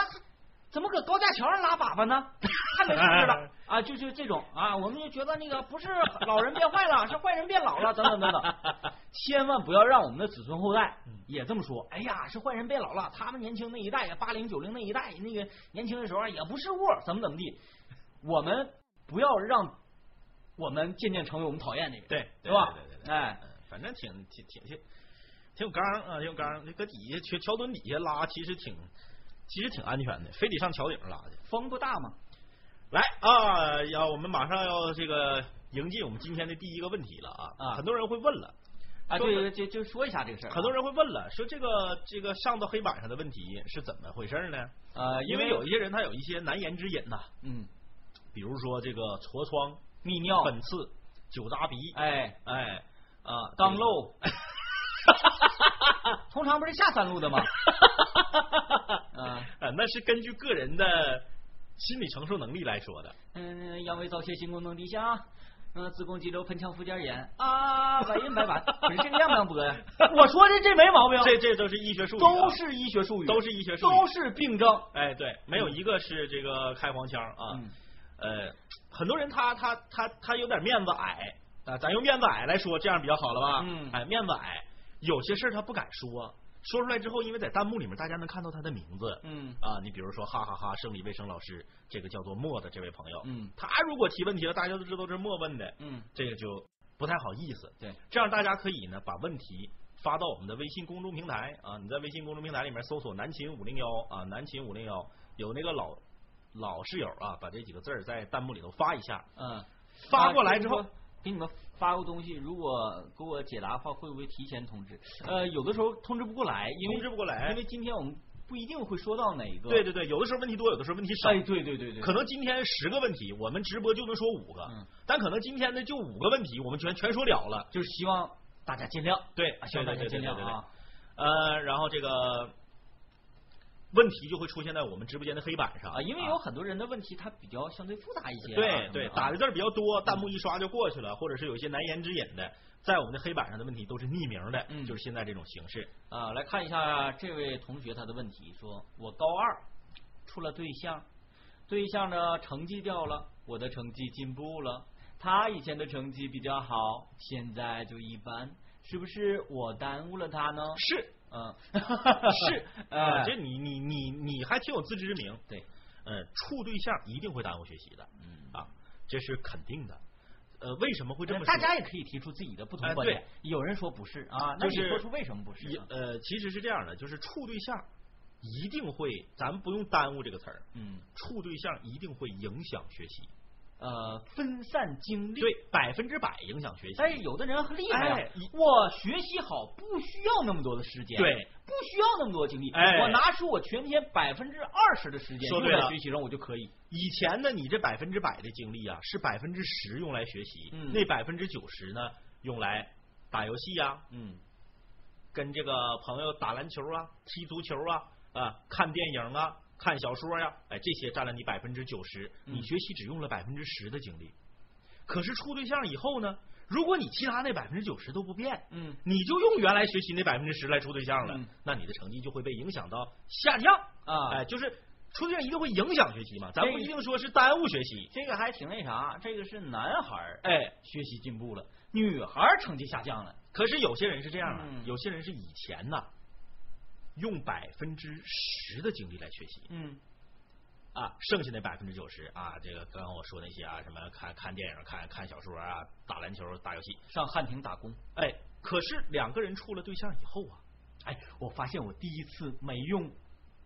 D: 怎么搁高架桥上拉粑粑呢？太没素质了啊！就是这种啊，我们就觉得那个不是老人变坏了，是坏人变老了，等等等等。千万不要让我们的子孙后代也这么说。哎呀，是坏人变老了，他们年轻那一代，八零九零那一代，那个年轻的时候啊也不是物，怎么怎么地。我们不要让我们渐渐成为我们讨厌的人，
C: 对
D: 对吧
C: 对对对？对
D: 哎，
C: 嗯反正挺挺挺挺挺有刚啊，挺有刚，搁底下桥桥墩底下拉，其实挺其实挺安全的，非得上桥顶上拉去。
D: 风不大嘛。
C: 来啊，要我们马上要这个迎进我们今天的第一个问题了啊！
D: 啊
C: 很多人会问了，
D: 啊，
C: 说
D: 对对，就就说一下这个事儿。
C: 很多人会问了，说这个这个上到黑板上的问题是怎么回事呢？
D: 呃，
C: 因
D: 因
C: 为
D: 为
C: 有一些人他有一些难言之隐呐、
D: 嗯
C: 比如说这个痤疮、
D: 泌尿，
C: 粉刺、酒搭鼻，
D: 哎，
C: 哦哎啊，
D: 肛瘘， *laughs* 通常不是下三路 *laughs* 的吗？啊，
C: 呃，那是根据个人的心理承受能力来说的。
D: 嗯，阳痿早泄、性功能低下，嗯、子宫肌瘤、盆腔附件炎啊，百因百 *laughs* 反，不是这个样不样播呀？我说的这没毛病，
C: 这这都是医学术语啊，
D: 都是医学术语，
C: 都是医学术语
D: 都是病症。
C: 哎对，没有一个是这个开黄腔啊。
D: 嗯，
C: 呃，很多人他他他他有点面子矮啊，咱用面子矮来说，这样比较好了吧？
D: 嗯
C: 哎，面子矮，有些事儿他不敢说，说出来之后，因为在弹幕里面大家能看到他的名字。
D: 嗯
C: 啊，你比如说，哈哈哈生理卫生老师，这个叫做莫的这位朋友，
D: 嗯
C: 他如果提问题了，大家都知道这是莫问的，
D: 嗯，
C: 这个就不太好意思。
D: 对，
C: 这样大家可以呢把问题发到我们的微信公众平台啊，你在微信公众平台里面搜索“南秦五零幺”啊，“南秦五零幺”有那个老老室友啊，把这几个字儿在弹幕里头发一下，
D: 嗯，
C: 发过来之后
D: 啊。给你们发过东西，如果给我解答的话，会不会提前通知？呃，有的时候通知不过来，因为
C: 通知不过来
D: 因为今天我们不一定会说到哪一个。
C: 对对对，有的时候问题多，有的时候问题少。
D: 哎，对对对对，
C: 可能今天十个问题，我们直播就能说五个，
D: 嗯
C: 但可能今天呢就五个问题，我们全全说了了。
D: 就是希望大家见谅，
C: 对，
D: 啊希望大家
C: 对
D: 见
C: 对对
D: 谅
C: 对对
D: 啊。
C: 呃，然后这个问题就会出现在我们直播间的黑板上
D: 啊，因为有很多人的问题，它比较相对复杂一些啊。
C: 对
D: 什
C: 对
D: 么，的啊
C: 打的字儿比较多，弹幕一刷就过去了，或者是有一些难言之隐的，在我们的黑板上的问题都是匿名的，
D: 嗯
C: 就是现在这种形式。
D: 啊，来看一下这位同学他的问题，说我高二处了对象，对象呢成绩掉了，我的成绩进步了，他以前的成绩比较好，现在就一般，是不是我耽误了他呢？
C: 是 *laughs*
D: 嗯，
C: 是
D: *laughs* 哎
C: 啊，这你你你你还挺有自知之明。
D: 对，
C: 呃，处对象一定会耽误学习的
D: 嗯，
C: 啊，这是肯定的。呃，为什么会这么说？
D: 大家也可以提出自己的不同
C: 哎
D: 观
C: 对
D: 点，有人说不是啊，
C: 就
D: 那你
C: 是
D: 说出为什么不是啊
C: 也
D: 呢？
C: 呃，其实是这样的，就是处对象一定会，咱们不用耽误这个词儿，
D: 嗯，
C: 处对象一定会影响学习，
D: 呃，分散精力。
C: 对，百分之百影响学习。
D: 但是有的人很厉害呀、
C: 哎
D: 我学习好不需要那么多的时间，
C: 对，
D: 不需要那么多精力，
C: 哎
D: 我拿出我全天百分之二十的时间
C: 说
D: 用
C: 对
D: 在
C: 了
D: 学习上，我就可以。
C: 以前呢，你这百分之百的精力啊，是百分之十用来学习，
D: 嗯
C: 那百分之九十呢用来打游戏呀、
D: 嗯，
C: 跟这个朋友打篮球啊、踢足球啊、啊、看电影啊、看小说呀、哎，这些占了你百分之九十，
D: 嗯
C: 你学习只用了百分之十的精力。可是处对象以后呢，如果你其他那百分之九十都不变，
D: 嗯，
C: 你就用原来学习那百分之十来处对象了，
D: 嗯
C: 那你的成绩就会被影响到下降。
D: 啊
C: 哎，就是处对象一定会影响学习嘛，咱
D: 这
C: 不
D: 个
C: 一定说是耽误学习。
D: 这个还挺那啥，这个是男孩儿
C: 哎，
D: 学习进步了，女孩儿成绩下降了。
C: 可是有些人是这样的，啊
D: 嗯
C: 有些人是以前呐，用百分之十的精力来学习，
D: 嗯
C: 啊，剩下那百分之九十啊，这个刚刚我说那些啊，什么看看电影、看看小说啊、打篮球、打游戏，，
D: 上汉庭打工。
C: 哎，可是两个人处了对象以后啊，
D: 哎，我发现我第一次没用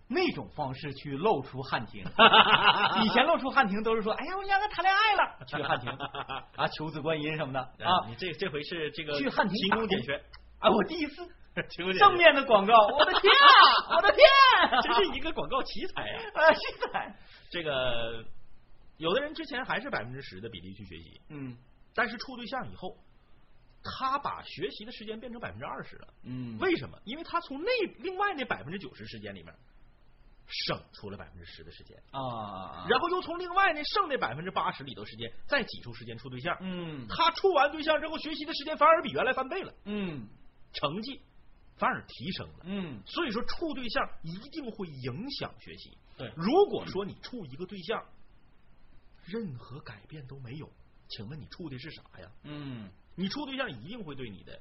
D: 那种方式去露出汉
C: *laughs*
D: 庭，以前露出汉庭都是说，哎呀，我两个谈恋爱了，去汉
C: *laughs*
D: 庭啊，求子观音什么的
C: 啊，
D: 啊。
C: 你这这回是这个
D: 去汉庭
C: 勤
D: 打
C: 工俭
D: 工
C: 学，
D: 哎，我第一次
C: *laughs* 勤工俭
D: 正
C: 学，
D: 面的广告，我的天啊，我的天啊，
C: 真是一个广告奇才
D: *laughs*
C: 呀、
D: 啊，现在，
C: 这个有的人之前还是百分之十的比例去学习，
D: 嗯
C: 但是处对象以后，他把学习的时间变成百分之二十了。
D: 嗯为
C: 为什么？因为他从那另外那百分之九十时间里面省出了百分之十的时间，
D: 啊，
C: 然后又从另外那剩那百分之八十里头时间再挤出时间处对象。
D: 嗯
C: 他处完对象之后，学习的时间反而比原来翻倍了，
D: 嗯
C: 成绩反而提升了。
D: 嗯，
C: 所以说，处对象一定会影响学习。
D: 对
C: 如果说你处一个对象，任何改变都没有，请问你处的是啥呀？
D: 嗯
C: 你处对象一定会对你的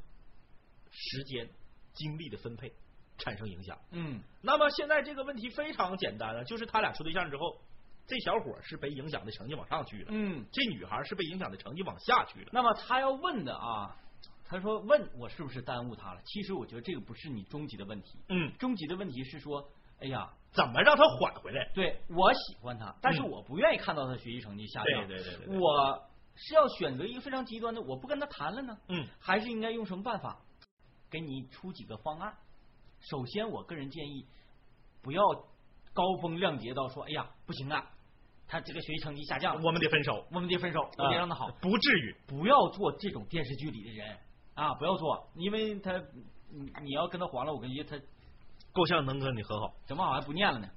C: 时间、精力的分配产生影响。
D: 嗯
C: 那么现在这个问题非常简单了，就是他俩处对象之后，这小伙儿是被影响的成绩往上去了，
D: 嗯，
C: 这女孩儿是被影响的成绩往下去了。
D: 那么他要问的啊，他说问我是不是耽误他了？其实我觉得这个不是你终极的问题，
C: 嗯，
D: 终极的问题是说，哎呀，
C: 怎么让他缓回来？
D: 对我喜欢他，但是
C: 嗯
D: 我不愿意看到他学习成绩下降。
C: 对对对对对
D: 我是要选择一个非常极端的，我不跟他谈了呢，
C: 嗯
D: 还是应该用什么办法？给你出几个方案。首先，我个人建议不要高风亮节到说，哎呀，不行啊，他这个学习成绩下降了，
C: 我们得分手，啊
D: 我们得分手，我得让他好。
C: 不至于。
D: 不要做这种电视剧里的人啊，不要做，因为他你你要跟他黄了，我感觉他
C: 够呛能跟你和好，
D: 怎么好像不念了呢？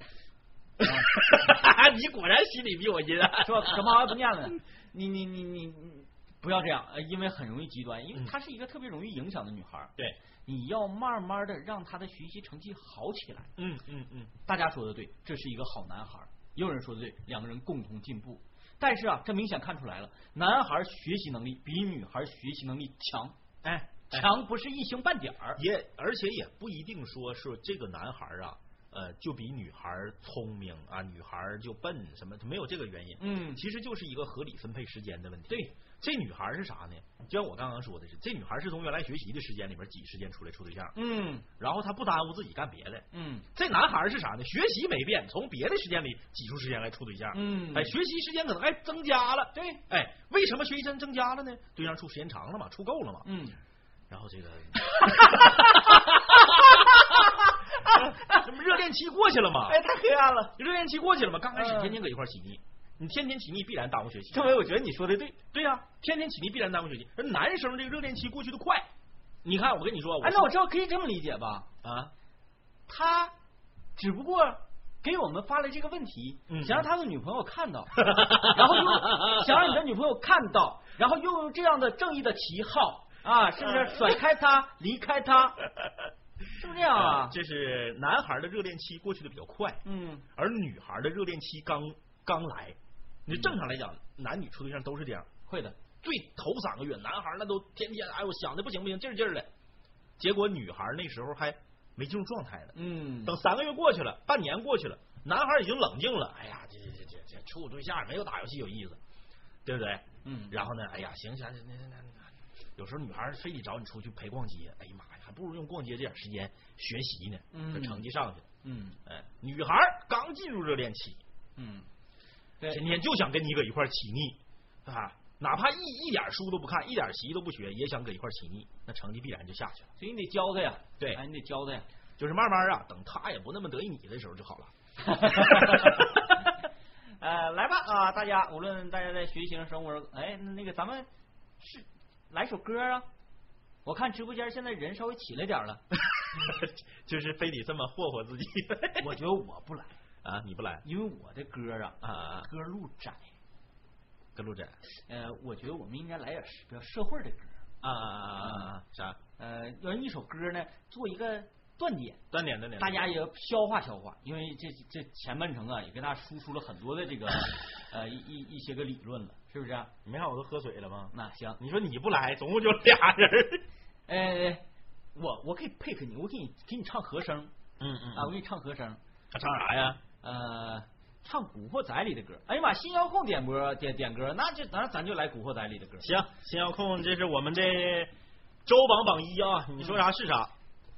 D: 啊
C: *laughs* 你果然心里比我阴啊暗。
D: 说怎么好像不念了呢？你你你你你不要这样，呃因为很容易极端，因为
C: 嗯
D: 她是一个特别容易影响的女孩儿。
C: 对，
D: 你要慢慢的让她的学习成绩好起来。
C: 嗯嗯嗯，
D: 大家说的对，这是一个好男孩儿。也有人说的对，两个人共同进步。但是啊，这明显看出来了，男孩儿学习能力比女孩儿学习能力强，
C: 哎，
D: 强不是一星半点儿。
C: 也而且也不一定说说这个男孩儿啊，呃，就比女孩儿聪明啊，女孩儿就笨什么，没有这个原因。
D: 嗯
C: 其实就是一个合理分配时间的问题。
D: 对，
C: 这女孩儿是啥呢？就像我刚刚说的是，这女孩儿是从原来学习的时间里面挤时间出来处对象，
D: 嗯
C: 然后她不耽误自己干别的。
D: 嗯
C: 这男孩儿是啥呢？学习没变，从别的时间里挤出时间来处对象。
D: 嗯，
C: 哎，学习时间可能还增加了。
D: 对，
C: 哎，为什么学习时间增加了呢？对象处时间长了嘛，处够了嘛。
D: 嗯，
C: 然后这个，什么热恋期过去了嘛？
D: 哎，太黑暗了。
C: 热恋期过去了嘛？刚开始
D: 嗯
C: 天天搁一块儿起腻，你天天起腻必然耽误学习。
D: 政委，我觉得你说的对。
C: 对呀、天天起腻必然耽误学习。而男生这个热恋期过去的快，你看我跟你说，我
D: 哎，那我知道可以这么理解吧？
C: 啊，
D: 他只不过给我们发了这个问题，
C: 嗯
D: 想让他的女朋友看
C: *laughs*
D: 到，然后又想让你的女朋友看到，然后又用这样的正义的旗号啊，是不
C: 嗯
D: 是甩开他，离开
C: *laughs*
D: 他？是不是这样
C: 啊，
D: 啊？
C: 这是男孩的热恋期过去的比较快，
D: 嗯
C: 而女孩的热恋期刚刚来。你
D: 嗯
C: 正常来讲，男女处对象都是这样，
D: 会的，
C: 最头三个月，男孩那都天天哎，我想的不行不行，劲儿劲儿的。结果女孩那时候还没进入状态呢。
D: 嗯
C: 等三个月过去了，半年过去了，男孩已经冷静了。哎呀，这这这这处对象没有打游戏有意思，对不对？
D: 嗯，
C: 然后呢，哎呀，行行，那那那那，有时候女孩儿非得找你出去陪逛街，哎呀妈呀，还不如用逛街这点时间学习呢，
D: 嗯
C: 这成绩上去了。
D: 嗯
C: 哎，女孩儿刚进入热恋期，
D: 嗯，对，
C: 天天就想跟你搁一块儿起腻啊，哪怕一一点书都不看，一点习都不学，也想搁一块儿起腻，那成绩必然就下去了。
D: 所以你得教他呀，
C: 对
D: 哎，你得教他呀。
C: 就是慢慢啊，等他也不那么得意你的时候就好了。 *laughs*
D: *laughs* 呃，来吧啊，大家无论大家在学习上、生活上，哎，那个咱们是来首歌啊。我看直播间现在人稍微起来点 *laughs* 儿了，
C: 就是非得这么霍霍自己 *laughs*
D: 我觉得我不来，
C: 啊！你不来
D: 因为我的歌啊，
C: 啊啊啊
D: 歌路窄，
C: 跟路仔
D: 呃，我觉得我们应该来点比较社会的歌。
C: 啊啊啊啊啊！啥？
D: 呃，要一首歌呢，做一个断点，
C: 断点断点。
D: 大家也要消化消化，因为这这前半程啊，也跟大家输出了很多的这 *laughs* 个呃一一一些个理论了，是不是啊、
C: 你没看我都喝水了吗？
D: 那行，
C: 你说你不来，总共就俩人儿。
D: 呃，我我可以配合你，我给你给你唱和声
C: *laughs* 嗯嗯
D: 啊，我给你唱和声，
C: 唱啥呀？
D: 呃，唱《古惑仔》里的歌。哎呀妈，新遥控点播点点歌，那就那咱就来《古惑仔》里的歌。
C: 行，新遥控，这是我们的周榜榜一啊！你说啥是啥？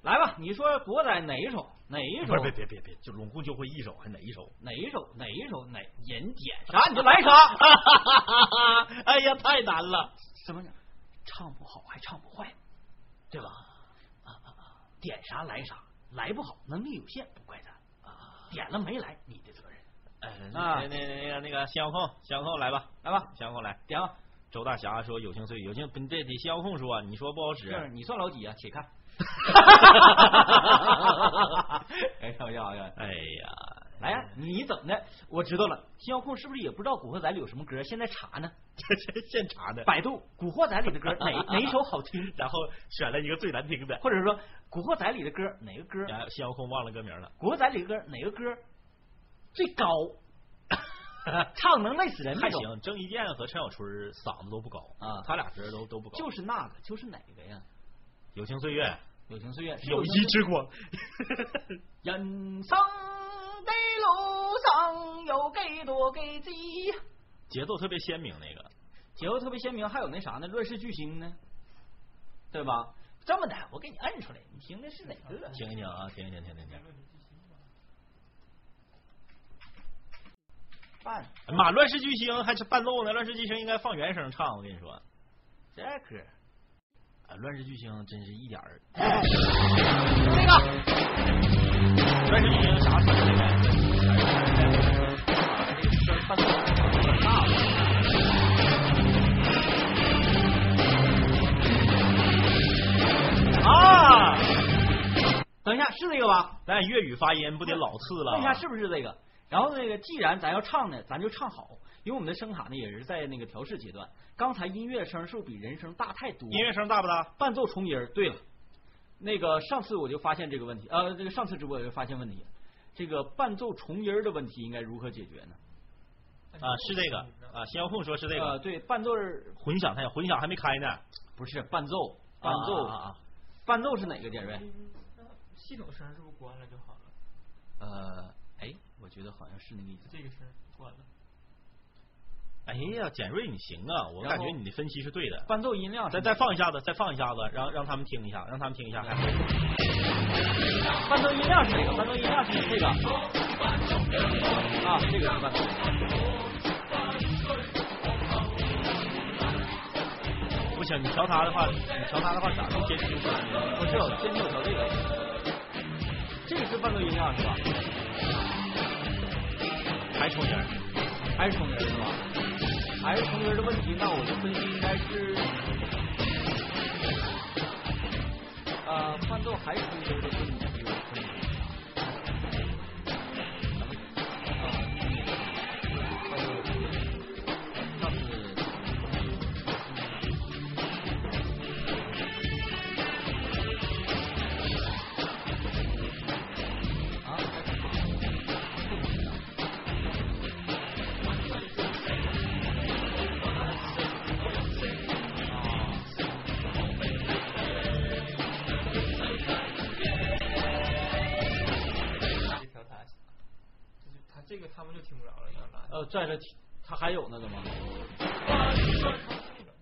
D: 来吧，你说《古惑仔》哪一首？哪一首？
C: 别别别别，就拢共就会一首，还哪一首？
D: 哪一首？哪一首？哪人点啥你就来啥。
C: 哎呀，太难了！
D: 怎么讲？唱不好还唱不坏，对吧？啊啊啊！点啥来啥，来不好能力有限，不怪咱啊。点了没来，你的责任。
C: 哎，
D: 啊
C: 那那那个那个新遥控，新遥控来吧，
D: 来吧，
C: 新遥控来。啊
D: 点吧。
C: 周大侠说有情虽有情，不这得新遥控说，你说不好使。
D: 是你算老几啊？且看。哎，开玩笑，开玩笑。
C: 哎呀，
D: 来呀、你怎么的？我知道了，新遥控是不是也不知道《古惑仔》里有什么歌？现在查呢，
C: 这这现查的，
D: 百度《古惑仔》里 *laughs* 的歌哪哪一首好听，
C: 然后选了一个最难听的。
D: 或者说《古惑仔》里的歌哪个歌，
C: *laughs*
D: 《
C: 然后新遥控忘了歌名了。
D: 古惑仔》里的歌哪个歌最高， *laughs* 唱能累死人那
C: 还
D: 种。
C: 行，郑伊健和陈小春儿嗓子都不高
D: 啊
C: 他俩歌都都不高。
D: 就是那个，就是哪个呀？
C: 友情岁月，
D: 友情岁月，是
C: 友
D: 情岁
C: 谊
D: 月
C: 之光， *laughs*
D: 人生的路上有几多几几，
C: 节奏特别鲜明那个。
D: 节奏特别鲜明。还有那啥呢？乱世巨星呢，对吧？这么的，我给你摁出来，你听的是哪个？
C: 听一听啊，听一听，听一听。
D: 伴
C: 哎妈，乱世巨星还是伴奏呢，乱世巨星应该放原声唱，我跟你说。
D: 这歌，
C: 啊，乱世巨星真是一点
D: *laughs*
C: 儿。
D: 这个
C: 乱世巨星啥时候才开始？
D: 啊，等一下是这个吧？
C: 咱俩粤语发音不得老次了？啊
D: 问一下是不是这个？然后那个，既然咱要唱呢，咱就唱好，因为我们的声卡呢也是在那个调试阶段。刚才音乐声是不是比人声大太多？
C: 音乐声大不大？
D: 伴奏重音儿。对了，那个上次我就发现这个问题，呃，这个上次直播我就发现问题，这个伴奏重音儿的问题应该如何解决呢？
C: 啊，是这个啊，新遥控说是这
D: 哎呃，
C: 个。
D: 对，伴奏儿
C: 混响太混响还没开呢，
D: 不是伴奏，伴奏，
C: 啊啊啊
D: 伴奏是哪个杰瑞？
E: 系统声是不是关了就好了？
D: 呃，哎，我觉得好像是那个意
E: 就
D: 思。
E: 这个声儿关了。
C: 哎呀，简瑞你行啊，我
D: 然
C: 感
D: 后
C: 觉你的分析是对的。
D: 伴奏音量是
C: 再
D: 哪
C: 再
D: 个，
C: 放一下子，再放一下子，让让他们听一下，让他们听一下。
D: 哎
C: 还会
D: 伴奏音量是这个，伴奏音量是这个。啊，这个是伴奏。
C: 不行，你调它的话，你调它的话咋能接听？
D: 不是，我先听我调这个。这个是伴奏音量是吧？
C: 还重音儿？
D: 还是重音儿是吧？还是重音儿的问题，那我的分析应该是，呃，伴奏还是重音儿的问题，我分析一下。呃咱们呃伴奏上次啊，
E: 这条他，就是他这个他们就听不着了，要拉。
D: 呃，在这它还有呢，怎么？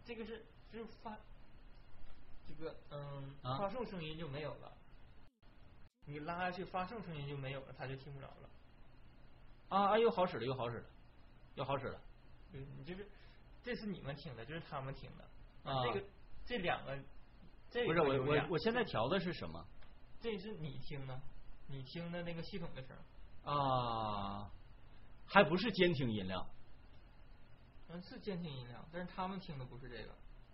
E: 这个是就是发，这个嗯、
D: 啊
E: 发送声音就没有了。你拉下去发送声音就没有了，他就听不着了。
D: 啊啊，又好使了，又好使了，又好使了。
E: 对，你就是这是你们听的，这是他们听的。
D: 啊
E: 这个这两个，这
D: 不是
E: 个
D: 我
E: 有
D: 我
E: 俩
D: 我现在调的是什么
E: 这是你听的，你听的那个系统的声儿，
D: 啊？还不是监听音量，
E: 嗯，是监听音量，但是他们听的不是这个，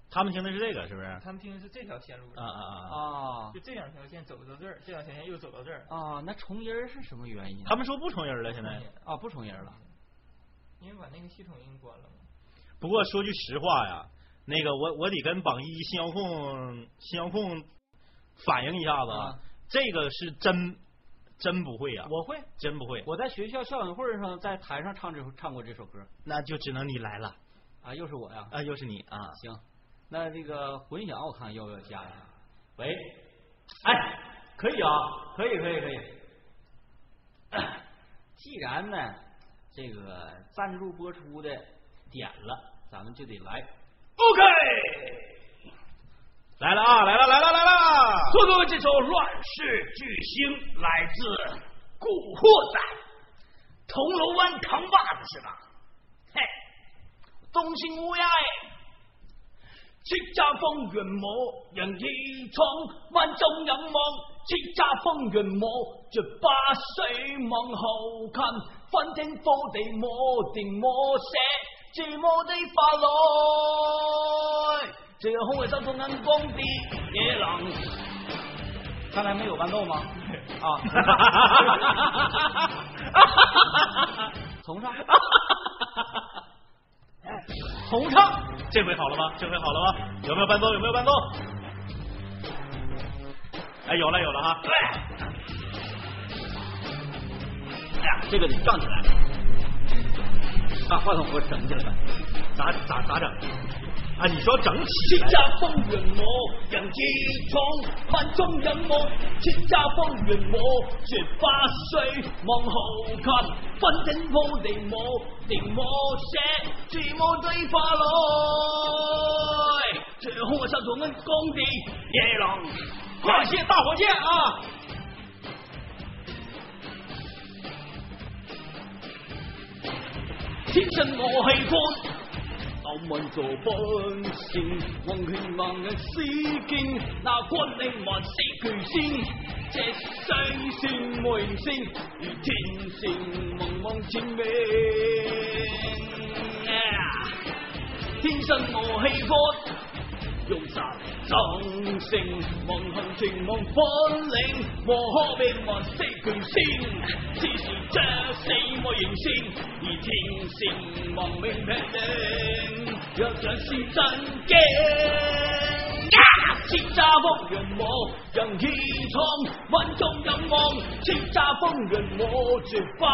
C: 他们听的是这个是不是？
E: 他们听的是这条线路
C: 啊
E: 的，
C: 啊啊！
D: 啊
E: 就这两条线走到这儿，这两条线又走到这儿，
D: 啊，那重音儿是什么原因？啊
C: 他们说不重音了，现在
E: 听见了
D: 啊不重音儿了，
E: 因为把那个系统音关了嘛。
C: 不过说句实话呀，那个我我得跟榜一新遥控新遥控反映一下子，
D: 啊
C: 这个是真真不会啊，
D: 我会，
C: 真不会，
D: 我在学校校友会上在台上唱这首唱过这首歌
C: 那就只能你来了
D: 啊，又是我呀。
C: 啊，又是你啊，
D: 行，那这个混响我看要不要加一下？喂，哎，可以啊，可以，可以，可以。既然呢，这个赞助播出的点了，咱们就得来。OK，
C: 来了啊，来了来了来了，
D: 做各位这首《乱世巨星》来自《古惑仔》，铜锣湾扛把子是吧？嘿，东兴乌鸦哎。叱咤風雲我人氣創，萬眾仰望。叱咤風雲我絕不死望後勤，分清科地我定我寫，自我的法來。這個空氣收送眼光的野狼。看来没有伴奏吗？啊！从上，从上。
C: 这回好了吗？这回好了吗？有没有伴奏？有没有伴奏？哎，有了有了哈，
D: 对。哎呀，这个得站起来，把话筒给我整起来吧。
C: 咋咋咋整？啊，你说整
D: 叱
C: 起来
D: 咤风云我人自闯，萬眾仰望。叱咤風雲我絕不需望豪強，分清鋪地我定我寫，自我對化來。最好我手同恩光地野狼，快些大火箭啊！天生我喜歡。流民做本性，王權盲人施敬，那君令還是巨星，這世線無形星，如天線茫茫前面。天生我氣魄。用神爭勝，望行情望本領，和可變還是巨星，此時這四我迎線，而天線亡命拼定，若想是真經。叱咤風雲我人氣創，萬眾仰望。叱咤風雲我絕不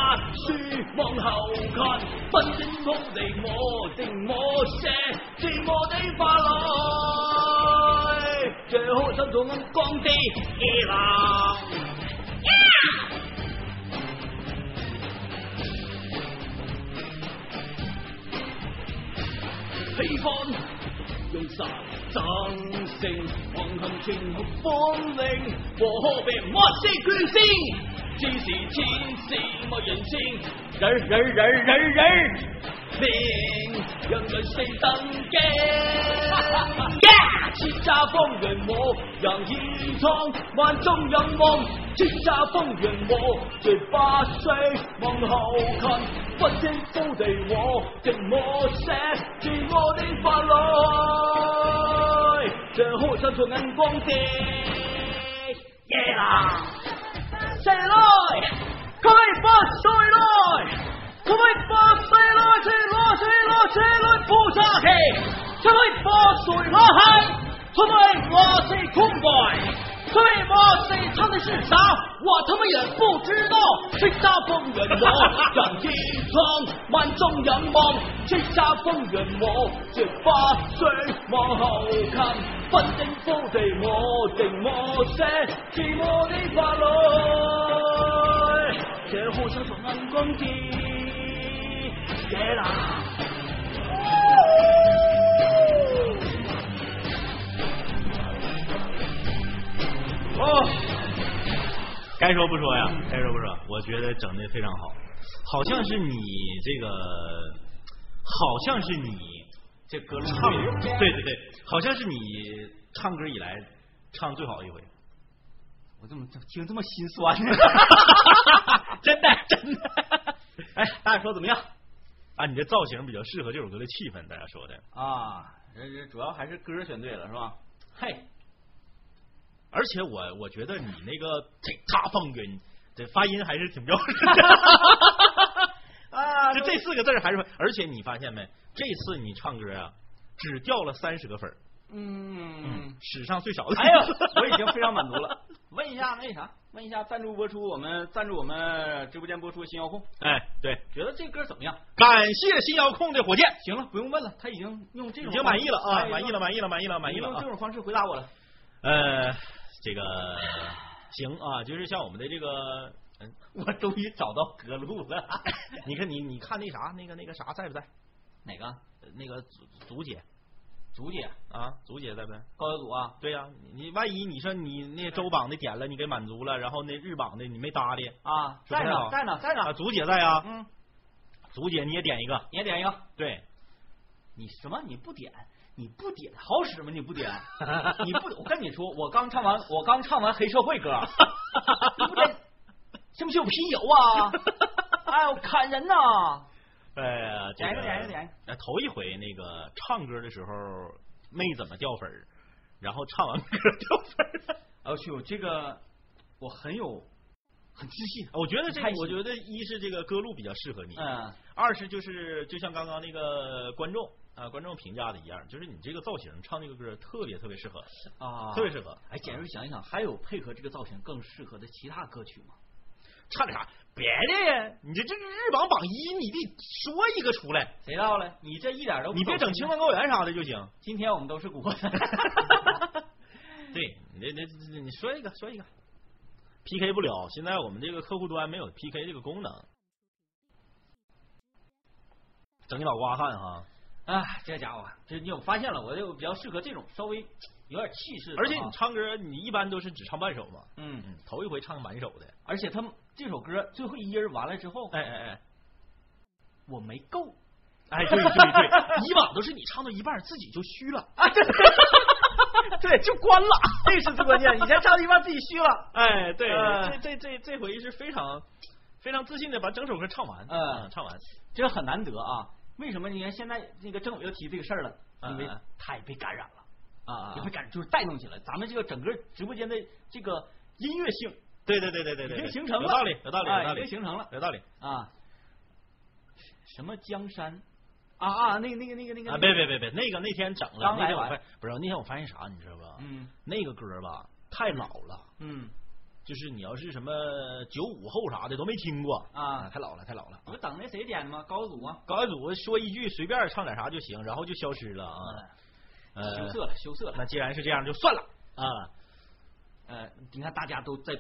D: 輸，望後看，分清土地我定我寫，自我的花來。最好心做眼光的野狼。氣氛用晒真性，橫行全無本領，和何必莫是巨星？只是天使莫人性，人人人人人
C: 哎
D: 命，讓人性震 *laughs* 驚。叱咤風雲我人獻創，萬眾仰望。叱咤風雲我絕不需望後勤，不清高地我定我寫，自我的法來，這好心做眼光的耶啦。谁来？可不可以把谁来？可不可以把谁来？谁来？谁来？谁来？菩萨嘿，可不可以把谁来嘿？可不可以把谁空白？可不可以把谁唱的是啥？我他妈也不知道。叱咤风云我杨继昌，万众仰望。叱咤风云我绝不需往后看，分清高地我定我寫，自我的法來。這好想做眼光之野狼。
C: 哦，该说不说呀，该说不说，我觉得整的非常好，好像是你这个，好像是你
D: 这歌
C: 唱，对对对，好像是你唱歌以来唱最好的一回，
D: 我怎么听这么
C: *laughs*
D: 心酸呢？ *laughs*
C: 真的真的，
D: 哎，大家说怎么样？
C: 啊，你这造型比较适合这首歌的气氛，大家说的，
D: 啊，这这主要还是歌选对了是吧？嘿，
C: 而且我我觉得你那个这大风云，这发音还是挺标准的。
D: *laughs* 啊，
E: 他
C: 就
E: 都
C: 这四个字儿还是，而且你发现没？这次你唱歌啊，只掉了三十个粉儿，
D: 嗯，
C: 史上最少的。
D: 哎呀，我已经非常满足了。问一下那啥，问一下赞助播出，我们赞助我们直播间播出新遥控，
C: *laughs* 哎，对，
D: 觉得这歌怎么样？
C: 感谢新遥控的火箭，
D: 行了，不用问了，他已经用这
C: 已
D: 种
C: 经满意了啊，
D: 哎
C: 满意了，满意了，满意了，满意了
D: 用
C: 啊
D: 这。种方式回答我了。
C: 呃，
D: *sighs*
C: 这个行啊，就是像我们的这个，嗯，
D: 我终于找到
C: 隔路了。啊 *laughs* 你看你你看那啥那个那个啥在不在？
D: 哪个
C: 呃那个祖祖姐
D: 竹姐
C: 啊，祖姐在不在？
D: 高小组啊？
C: 对呀、你你万一你说你那周榜的点了，你给满足了，然后那日榜的你没搭理
D: 啊，
C: 是不
D: 在
C: 是
D: 呢，
C: 啊
D: 在呢，在
C: 啊，
D: 呢。
C: 祖姐在啊，
D: 嗯，
C: 祖姐你也点一个，
D: 你也点一个。
C: 对，
D: 你什么？你不点？你不点好使吗？
C: *laughs*
D: 你不点？啊你不？我跟你说，我刚唱完，我刚唱完黑社会歌，啊你不点，信不信我皮油啊？ *laughs* 哎呦，砍人呐！
C: 呃，这
D: 点一个，点一个，点一个。
C: 呃，头一回那个唱歌的时候没怎么掉粉儿，然后唱完歌掉粉儿。
D: 哎呦我去，我这个我很有很自信。
C: 哦我觉得这个
D: 开，心
C: 我觉得一是这个歌路比较适合你，
D: 嗯
C: 二是就是就像刚刚那个观众啊、观众评价的一样，就是你这个造型唱这个歌特别特别适合，
D: 啊，
C: 特别适合。啊
D: 哎，简直想一想，还有配合这个造型更适合的其他歌曲吗？
C: 唱点啥别的呀？你这这这日榜榜一，你得说一个出来，
D: 谁到了？你这一点都不
C: 你别整
D: 走心
C: 青藏高原啥的就行。
D: 今天我们都是古惑仔。 *laughs*
C: 对，你这这这你说一个说一个，PK 不了。现在我们这个客户端没有 PK 这个功能，整你脑瓜汗哈。
D: 啊，这家伙，这你有发现了？我就比较适合这种稍微有点气势的啊，
C: 而且你唱歌，你一般都是只唱半首嘛，
D: 嗯，
C: 嗯，头一回唱满首的，
D: 而且他们这首歌最后一音儿完了之后，
C: 哎哎哎。
D: 我没够
C: 哎，对对对，以往都是你唱到一半儿自己就虚了，
D: 啊，对 *laughs* 对，就关了， *laughs* 这是最关键。以前唱到一半自己虚了，
C: *laughs* 哎，对，
D: 呃
C: 这这这这回是非常非常自信的把整首歌唱完，
D: 嗯
C: 嗯，唱完，
D: 这很难得啊。为什么？你看现在那个政委又提这个事儿了，因为
C: 嗯嗯
D: 他也被感染了，
C: 啊
D: 也被感就是带动起来。咱们这个整个直播间的这个音乐性
C: 对对对对对
D: 已
C: 对，
D: 经
C: 对
D: 形成了，
C: 有道理，有道理，
D: 哎
C: 有道
D: 已经
C: 理，
D: 形成了。
C: 有道理
D: 啊，什么江山啊啊，那个那个那个那个
C: 啊！别，别别别，那个那天整了，
D: 刚
C: 那
D: 来
C: 天我
D: 完
C: 发不是那天我发现啥，你知道吧？
D: 嗯
C: 那个歌吧太老了，
D: 嗯，
C: 就是你要是什么九五后啥的都没听过
D: 啊
C: 太老了，太老了。
D: 不等那谁点的吗？高祖啊，
C: 高组说一句随便唱点啥就行，然后就消失了啊。呃
D: 羞涩了，羞涩了
C: 那。既然是这样，就算了啊。
D: 呃，你看大家都在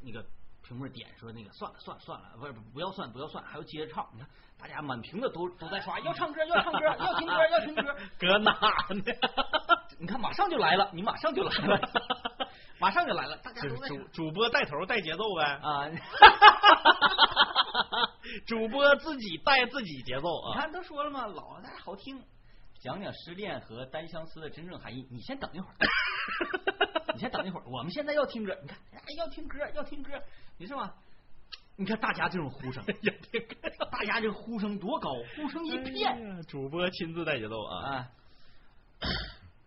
D: 那个屏幕点说那个算了算了算了，不是不要算不要算，还要接着唱。你看大家满屏的都都在刷，要唱歌要唱歌要听歌要
C: *laughs*
D: 听歌，
C: 搁哪呢？
D: *laughs* 你看马上就来了，你马上就
C: *laughs*
D: 来了，马上就来了，大家
C: 就
D: 都
C: 是
D: 在
C: 主主播带头带节奏呗，
D: 啊。 *laughs*
C: 主播自己带自己节奏
D: 你
C: 啊。
D: 看都说了嘛，老了好听。讲讲失恋和单相思的真正含义。你先等一
C: *laughs*
D: 会儿，你先等一会儿。我们现在要听歌，你看，哎，要听歌，要听歌，你是吧？你看大家这
C: *laughs*
D: 种呼声，大家这呼声多高，呼声一片
C: 哎呀主播亲自带节奏啊。
D: 啊。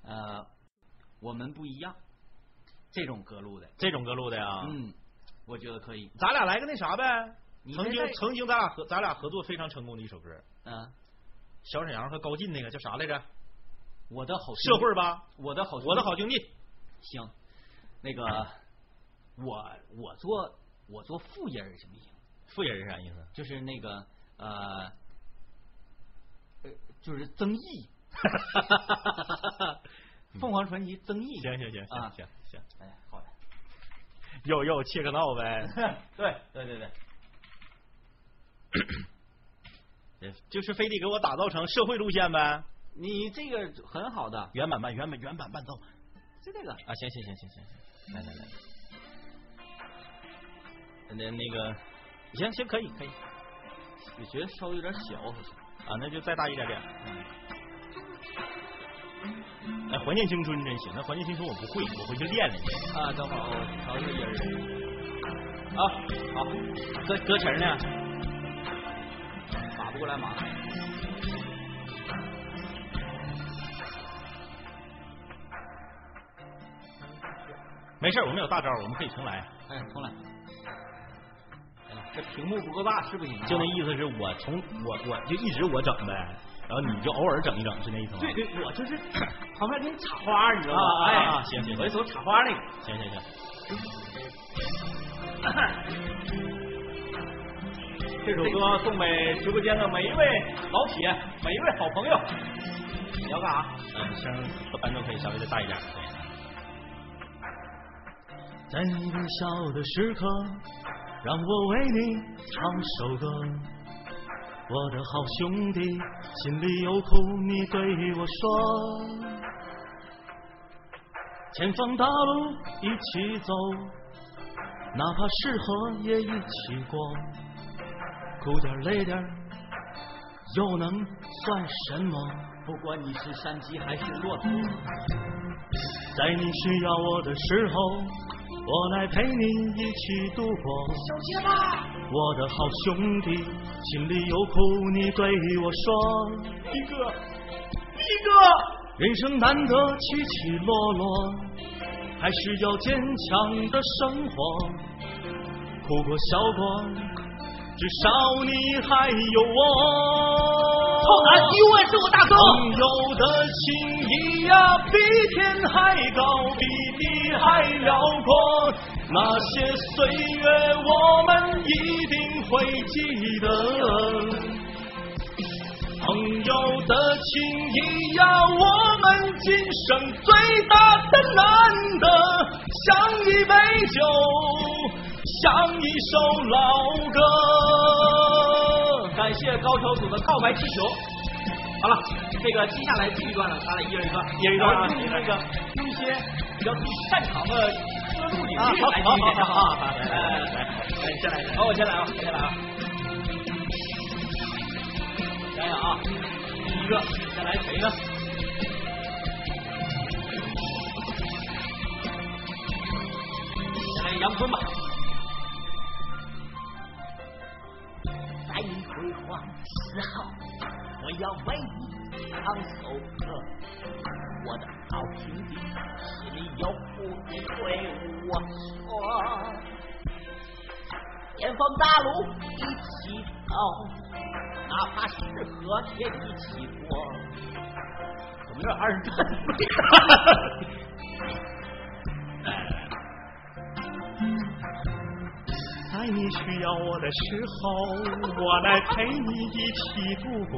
D: 呃，我们不一样，这种歌路的，
C: 这种歌路的呀，
D: 嗯，我觉得可以。
C: 咱俩来个那啥呗。
D: 你
C: 曾
D: 这
C: 经曾经咱俩合咱俩合作非常成功的一首歌，
D: 嗯，
C: 小沈阳和高进那个叫啥来着？
D: 我的好
C: 社
D: 兄弟，
C: 会吧，
D: 我的好兄弟，
C: 我的好兄弟。
D: 行，那个我我做我做副音儿行不行？
C: 副人是啥意思？
D: 就是那个呃呃，就是
C: *laughs*
D: 曾毅，凤凰传奇曾毅。
C: 行行行
D: 啊
C: 行行行，
D: 哎，好
C: *laughs*
D: 嘞。
C: 又又切个闹
D: *laughs*
C: 呗。
D: 对对对对，
C: 就是非得给我打造成社会路线呗，
D: 你这个很好的，
C: 原版伴原版原版伴奏
D: 就这个
C: 啊！行行行行行行，来来来，那那个行行可以可以
D: 我觉得稍微有点小，好像。嗯
C: 啊，那就再大一点点。哎，怀念青春真行，那怀念青春我不会，我回去练练去。
D: 啊，等会儿我调试音儿。啊，好，
C: 歌歌词呢？
D: 码不过来码。
C: 没事儿，我们有大招儿，我们可以重来。
D: 哎，重来。哎呀，这屏幕不够大是不行啊。
C: 就那意思是我从我我就一直我整呗，然后你就偶尔整一整，是那意思吗？
D: 对对，我就是旁边给你插花儿，你知道
C: 啊
D: 吗？
C: 啊啊
D: 哎，
C: 行行行
D: 我一手插花那个。
C: 行行行，
D: 这首歌送给直播间的每一位老铁，每一位好朋友。你要干啥？
C: 嗯，声伴奏可以稍微再大一点。对在你微笑的时刻，让我为你唱首歌。我的好兄弟，心里有苦你对我说。前方大路一起走，哪怕是河也一起过。苦点儿累点儿，又能算什么？
D: 不管你是山鸡还是骆驼，
C: 在你需要我的时候，我来陪你一起度过。我的好兄弟，心里有苦你对我说。
D: 一哥，一哥，
C: 人生难得起起落落，还是要坚强的生活。哭过笑过，至少你还有我。
D: 臭男一问是我大哥。
C: 朋友的情谊呀、比天还高，比地还辽阔。那些岁月，我们一定会记得。朋友的情谊呀、我们今生最大的难得。相一杯酒，相一首老歌。
D: 感谢高潮组的告白气球。好了，这个接下来这一段呢，咱俩一人一段，
C: 一人一段啊
D: 然后用那个用一些比较自己擅长的歌路领域
C: 啊好
D: 来
C: 好
D: 进行
C: 好好好
D: 哎
C: 来来来
D: 哎，你先来，好，我先来啊，我先来啊。想想啊，第一个，再来谁呢？先来杨坤吧。
F: 在你辉煌的时候，我要为你唱首歌。我的好兄弟，心里有苦你对我说。前方大路一起走，哪怕是河也一起过。怎么有点二人转？
C: 在你需要我的时候，我来陪你一起度过。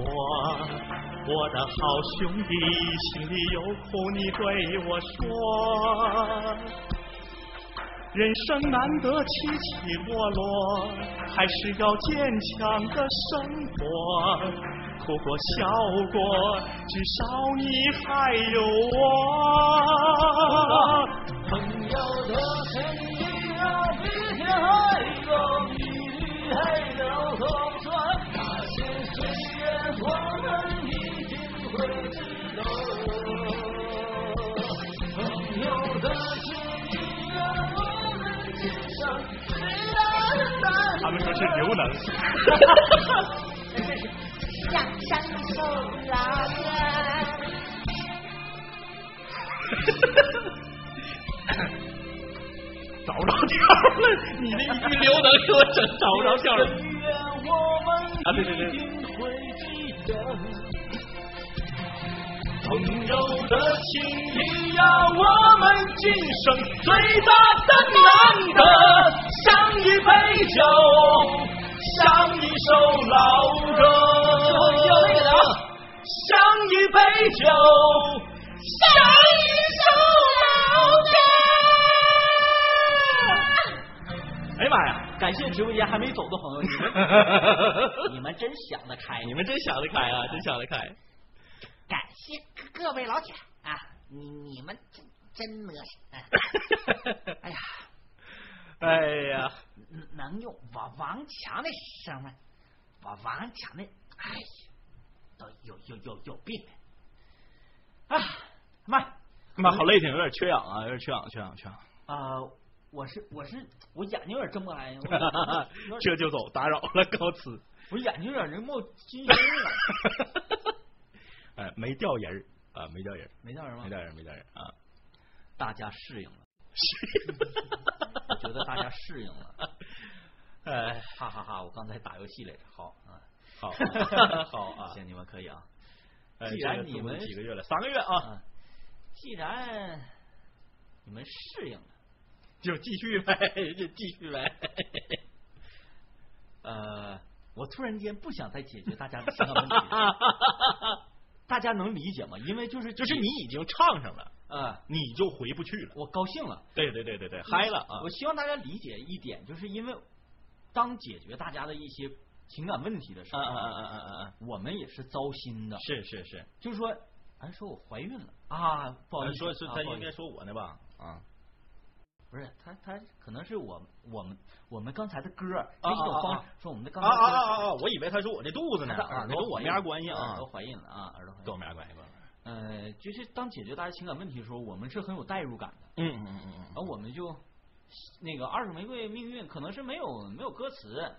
C: 我的好兄弟，心里有苦你对我说。人生难得起起落落，还是要坚强的生活。哭过笑过，至少你还有我。
F: 朋友的情谊啊，比天还高，比地还辽阔。那些岁月，我们一定会记得。朋友的情谊啊，我们今生最大的难。
C: 他们说是刘能。
G: 向上走老歌。
C: 找不着调了，你这一句刘能给我整 *laughs* 找不着调了。啊，对对对。朋友的情谊呀、我们今生最大的难得，相一杯酒，相一首老歌。相一杯酒，相一首老歌。
D: 哎呀妈呀！感谢直播间还没走的朋友，你们
C: *laughs*
D: 你们真想得开，
C: 你们真想得开啊，真想得开。
F: 感谢各各位老铁啊，你你们真真恶心。啊
C: *laughs*
D: 啊
F: 哎呀，
C: 哎呀，
F: 能能用王王强的声吗？王王强的，哎呀，都有有有有病
D: 啊，妈，
C: 妈，好累挺，有点缺氧啊，有点缺氧，缺氧，缺氧。
D: 啊，我是我是我眼睛有点睁不
C: *laughs*
D: 开，我有点
C: 这就走，打扰了高慈。
D: 我眼睛有点人冒金星了，
C: *laughs* 哎，没掉人儿啊，没掉人儿，
D: 没到人吗
C: 没？掉人儿，没掉人儿啊。 *laughs*
D: 大家适应了，我觉得大家适应了。
C: 哎，
D: 哈哈哈！我刚才打游戏来着。好
C: *laughs*
D: 啊，
C: 好好啊，
D: 行，你们可以啊。
C: 哎
D: 既然
C: 这个
D: 你
C: 总共
D: 们
C: 几个月了，三个月啊，
D: 啊，既然你们适应了，
C: *laughs* 就继续呗，就继续呗。
D: 呃，我突然间不想再解决大家的情感问题了，
C: *laughs*
D: 大家能理解吗？因为就是
C: 就是你已经唱上了，
D: 啊、
C: 你就回不去了。
D: 我高兴了。
C: 对对对对对，嗨了啊
D: 我！希望大家理解一点，就是因为当解决大家的一些情感问题的时
C: 嗯
D: 候，
C: 嗯嗯嗯嗯嗯嗯，
D: 我们也是糟心的。
C: 是是是，
D: 就是说，哎，说我怀孕了啊，不好意思，
C: 说是
D: 啊
C: 他
D: 不好
C: 应
D: 意
C: 该
D: 思
C: 说我呢吧？啊，
D: 不是他，他可能是我我们我们刚才的歌
C: 啊
D: 是一种
C: 啊
D: 方
C: 啊
D: 式，说我们的
C: 啊
D: 刚才的
C: 啊
D: 歌
C: 啊啊！啊！我以为他说我这肚子呢，
D: 他
C: *laughs*
D: 的
C: 啊
D: 耳
C: 那
D: 朵
C: 跟我
D: 怀
C: 没啥
D: 孕
C: 关系
D: 耳
C: 啊
D: 朵，怀孕了啊，耳朵怀孕
C: 跟我没啥关系。跟我没啥关系
D: 呃，就是当解决大家情感问题的时候，我们是很有代入感的，
C: 嗯嗯嗯嗯嗯
D: 然后我们就那个二手玫瑰命运可能是没有没有歌词，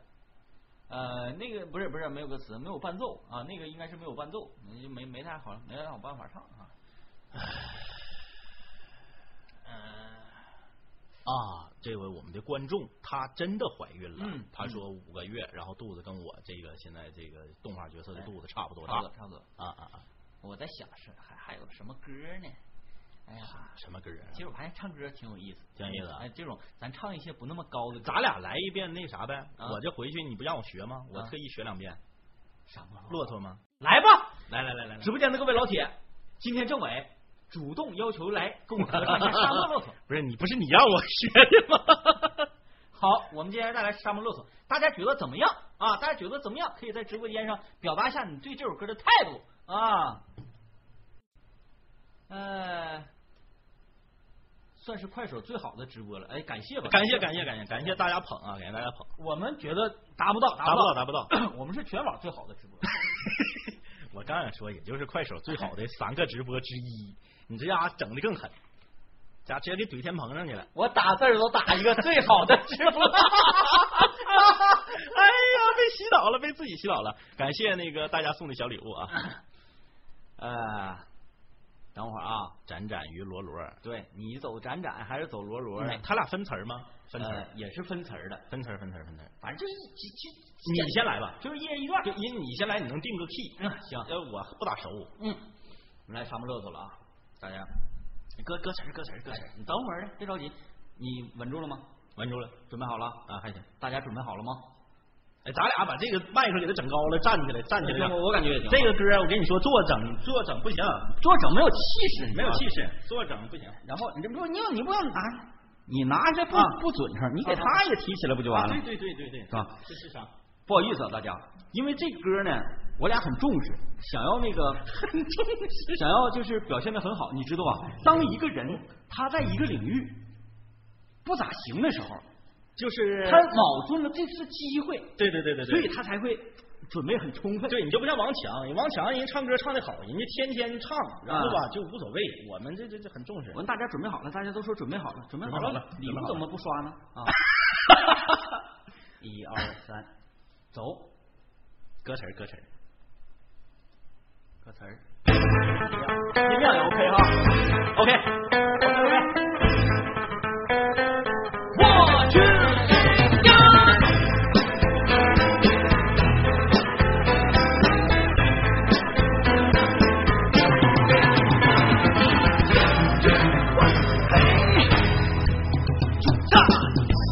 D: 呃，那个不是不是没有歌词，没有伴奏啊，那个应该是没有伴奏，嗯就没没太好没太好办法唱啊。呃
C: 啊，这位我们的观众她真的怀孕了
D: 嗯，
C: 她说五个月，然后肚子跟我这个现在这个动画角哎色的肚子差不多大
D: 差不多，差不多。
C: 啊啊啊！
D: 我在想是还还有什么歌呢？哎呀，
C: 什么歌啊？
D: 其实我发现唱歌挺有意思，
C: 挺有意思啊
D: 哎，这种咱唱一些不那么高的歌，
C: 咱俩来一遍那啥呗，
D: 啊
C: 我这回去你不让我学吗？我
D: 啊
C: 特意学两遍
D: 什么
C: 骆驼吗？
D: 来吧，
C: 来来来来来，
D: 直播间的各位老铁，今天政委主动要求来跟我合唱一下《沙漠骆驼》。
C: 不是你不是你让我学的吗？
D: 好，我们接下来带来《沙漠骆驼》，大家觉得怎么样啊？大家觉得怎么样？可以在直播间上表达一下你对这首歌的态度啊。呃，算是快手最好的直播了，哎，感谢吧，
C: *laughs* 感谢感谢感谢感谢大家捧啊，感谢大家捧，
D: 我们觉得达不到，
C: 达不到达不到。
D: *clears throat* 我们是全网最好的直播。
C: *laughs* 我刚想说，也就是快手最好的三个直播之一，你这家整的更狠，家直接给怼天棚上去了。
D: *laughs* 我打字儿都打一个最好的直 *laughs* 播。
C: 哎呀，被洗脑了，被自己洗脑了。感谢那个大家送的小礼物啊，
D: 呃，等会儿啊，
C: 展展与罗罗，
D: 对你走展展还是走罗罗
C: 哎
D: 呢？
C: 他俩分词儿吗？分词儿，
D: 呃也是分词儿的，
C: 分词儿，分词儿，分词儿。
D: 反正就是就
C: 你先来吧，
D: 就就是一人一段
C: 就。因你先来，你能定个 key。
D: 嗯，行，
C: 要呃我不咋熟，
D: 嗯，我们来沙漠骆驼了啊，大家
C: 歌歌词儿歌词儿歌词儿，
D: 哎你等会儿呢，别着急，你稳住了吗？
C: 稳住了
D: 准备好了？
C: 啊，还行。
D: 大家准备好了吗？
C: 哎，咱俩把这个麦克给它整高了，站起来，站起来。
D: 哎啊我我感觉也行
C: 这个歌，我跟你说，坐整坐整不行，
D: 坐啊整没有气势，你知
C: 没
D: 道
C: 有
D: 吗
C: 气势，啊坐整不行。
D: 然后你这不你要你不要拿，你拿着不、不准成，你给他也提起来不就完了？
C: 啊对对对对对，
D: 是吧？
C: 这是啥？
D: 不好意思啊，大家，因为这歌呢，我俩很重视，想要那个很重视， *laughs* 想要就是表现的很好，你知道吧？当一个人他在一个领域不咋行的时候，
C: 就是
D: 他卯准了这次机会，
C: 对对对对对，
D: 所以他才会准备很充分。
C: 对，你就不像王强，王强人家唱歌唱的好，人家天天唱，然后吧就无所谓。啊我们这这这很重视
D: 我。们大家准备好了，大家都说准备好了，准备好
C: 准备好了准
D: 礼
C: 备
D: 物
C: 好了
D: 怎么不刷呢？
C: *laughs*
D: 啊，一二三，走，
C: 歌词儿歌词儿，
D: 歌词儿。
C: 音量也 OK 哈，OK。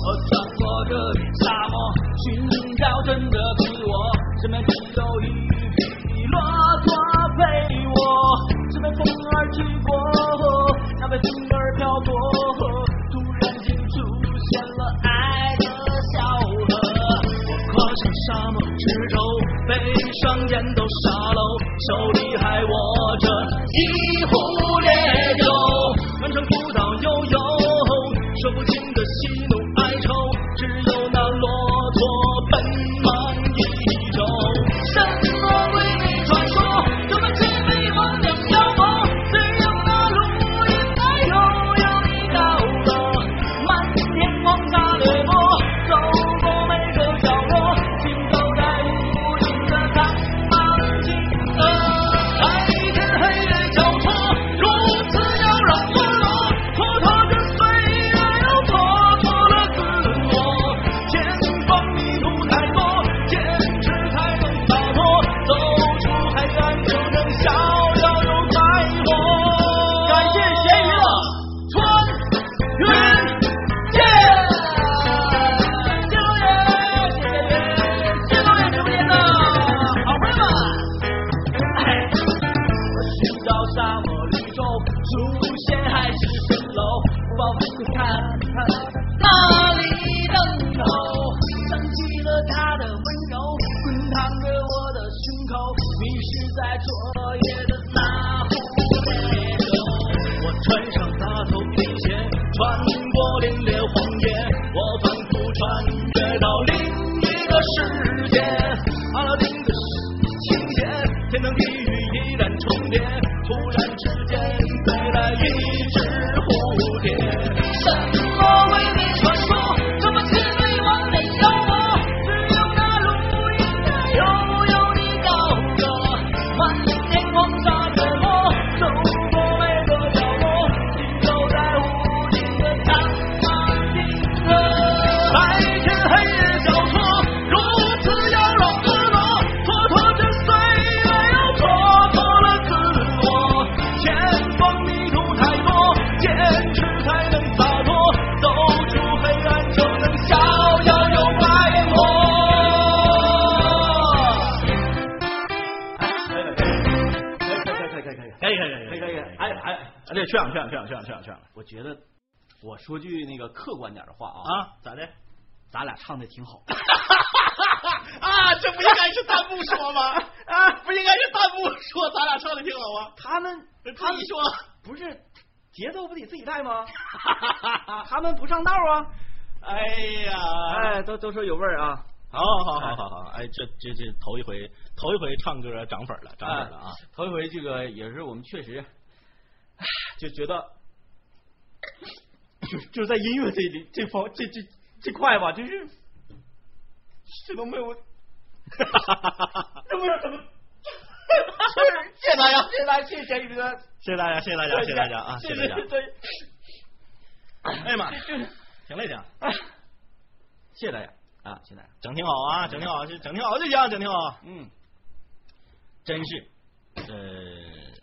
D: 我穿过这沙漠，寻找真的自我，身边只有一匹骆驼陪我，身边风儿吹过，那边风儿飘过，突然间出现了爱的小河。我跨上沙漠之舟，背上烟斗沙漏，手里还握着一壶烈酒，满城孤岛悠悠。说不清的喜怒哀愁，只有那骆驼奔忙一周。山河为你传说，怎么千里汪洋漂泊？只有那路一带有有你到了，满天黄沙掠过，走过每个角落，行走在无垠的苍茫星河，白天黑夜交错，
F: 沙漠绿洲，出现海市蜃楼，我们去看看那里灯头，想起了她的温柔，滚烫着我的胸口，迷失在昨夜的大湖内中。我穿上大头皮鞋，穿过凛冽荒野，我仿佛穿越到另一个世界，阿拉丁的情节，天堂地狱依然重叠，突然之间飞来一只蝴蝶。什么为你穿梭，什么痴对往的妖魔，只有那路应该悠悠的高歌，漫天黄沙折磨，走过每个角落，行走在无尽的苍茫星河。白天黑夜交错，如此妖娆婀娜，蹉跎着岁月，又蹉跎了自我。前方迷途太多，坚持才能洒脱，走出黑暗就能逍遥又快活。
C: 可以可以可以啊
D: 可以可以，哎哎，
C: 对，去啊俺去俺去俺去俺去俺去俺
D: 我觉得我说句那个客观点的话啊，
C: 啊，咋的？
D: 咱俩唱的挺好。
C: *laughs* 啊，这不应该是弹幕说吗？啊，不应该是弹幕说咱俩唱的挺好啊吗？
D: 他们
C: 他一说，
D: 不是节奏不得自己
C: *laughs*
D: 带吗？他们不上道啊！
C: 哎呀，
D: 哎，都都说有味儿啊！
C: 好好好好好，哎，这这这头一回头一回唱歌涨粉了，涨粉了啊！ *laughs*
D: 头一回这个也是我们确实， *sighs* 唉就觉得， *coughs* 就就是在音乐这里这方这这这块吧，就是这都没有，这不是怎么？ *laughs* 谢谢大家，谢谢大家，谢谢小宇哥，
C: 谢谢大家，谢谢大家，谢谢大家啊！谢谢大家！
D: 对，
C: 哎呀妈 *laughs* 呀，行了，行，
D: 哎谢谢大家啊，谢谢大家，
C: 整挺好啊，整挺好，就整挺好就行，整挺好。
D: 嗯，
C: 真是，哎呃，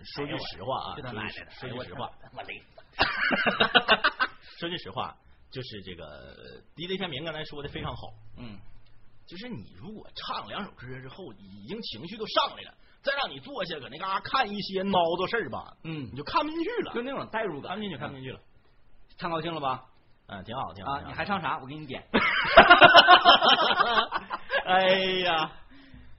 C: 说句实话啊，
D: 这他
C: 说
D: 奶
C: 句
D: 奶的哎
C: 实说句实话，
F: 我累死了。
C: *laughs* 说句实话，就是这个 DJ 天明刚才说的非常好，
D: 嗯，
C: 就是你如果唱两首歌之后，已经情绪都上来了，再让你坐下搁那嘎达看一些孬的事儿吧，
D: 嗯
C: 你就看不进去
D: 就
C: 了，
D: 那种代入感，嗯
C: 看不进去，看不进去了。
D: 唱高兴了吧？
C: 嗯，挺好，挺好。
D: 啊，
C: 挺好
D: 你还？唱啥？我给
C: *laughs*
D: 你点。
C: 哎呀，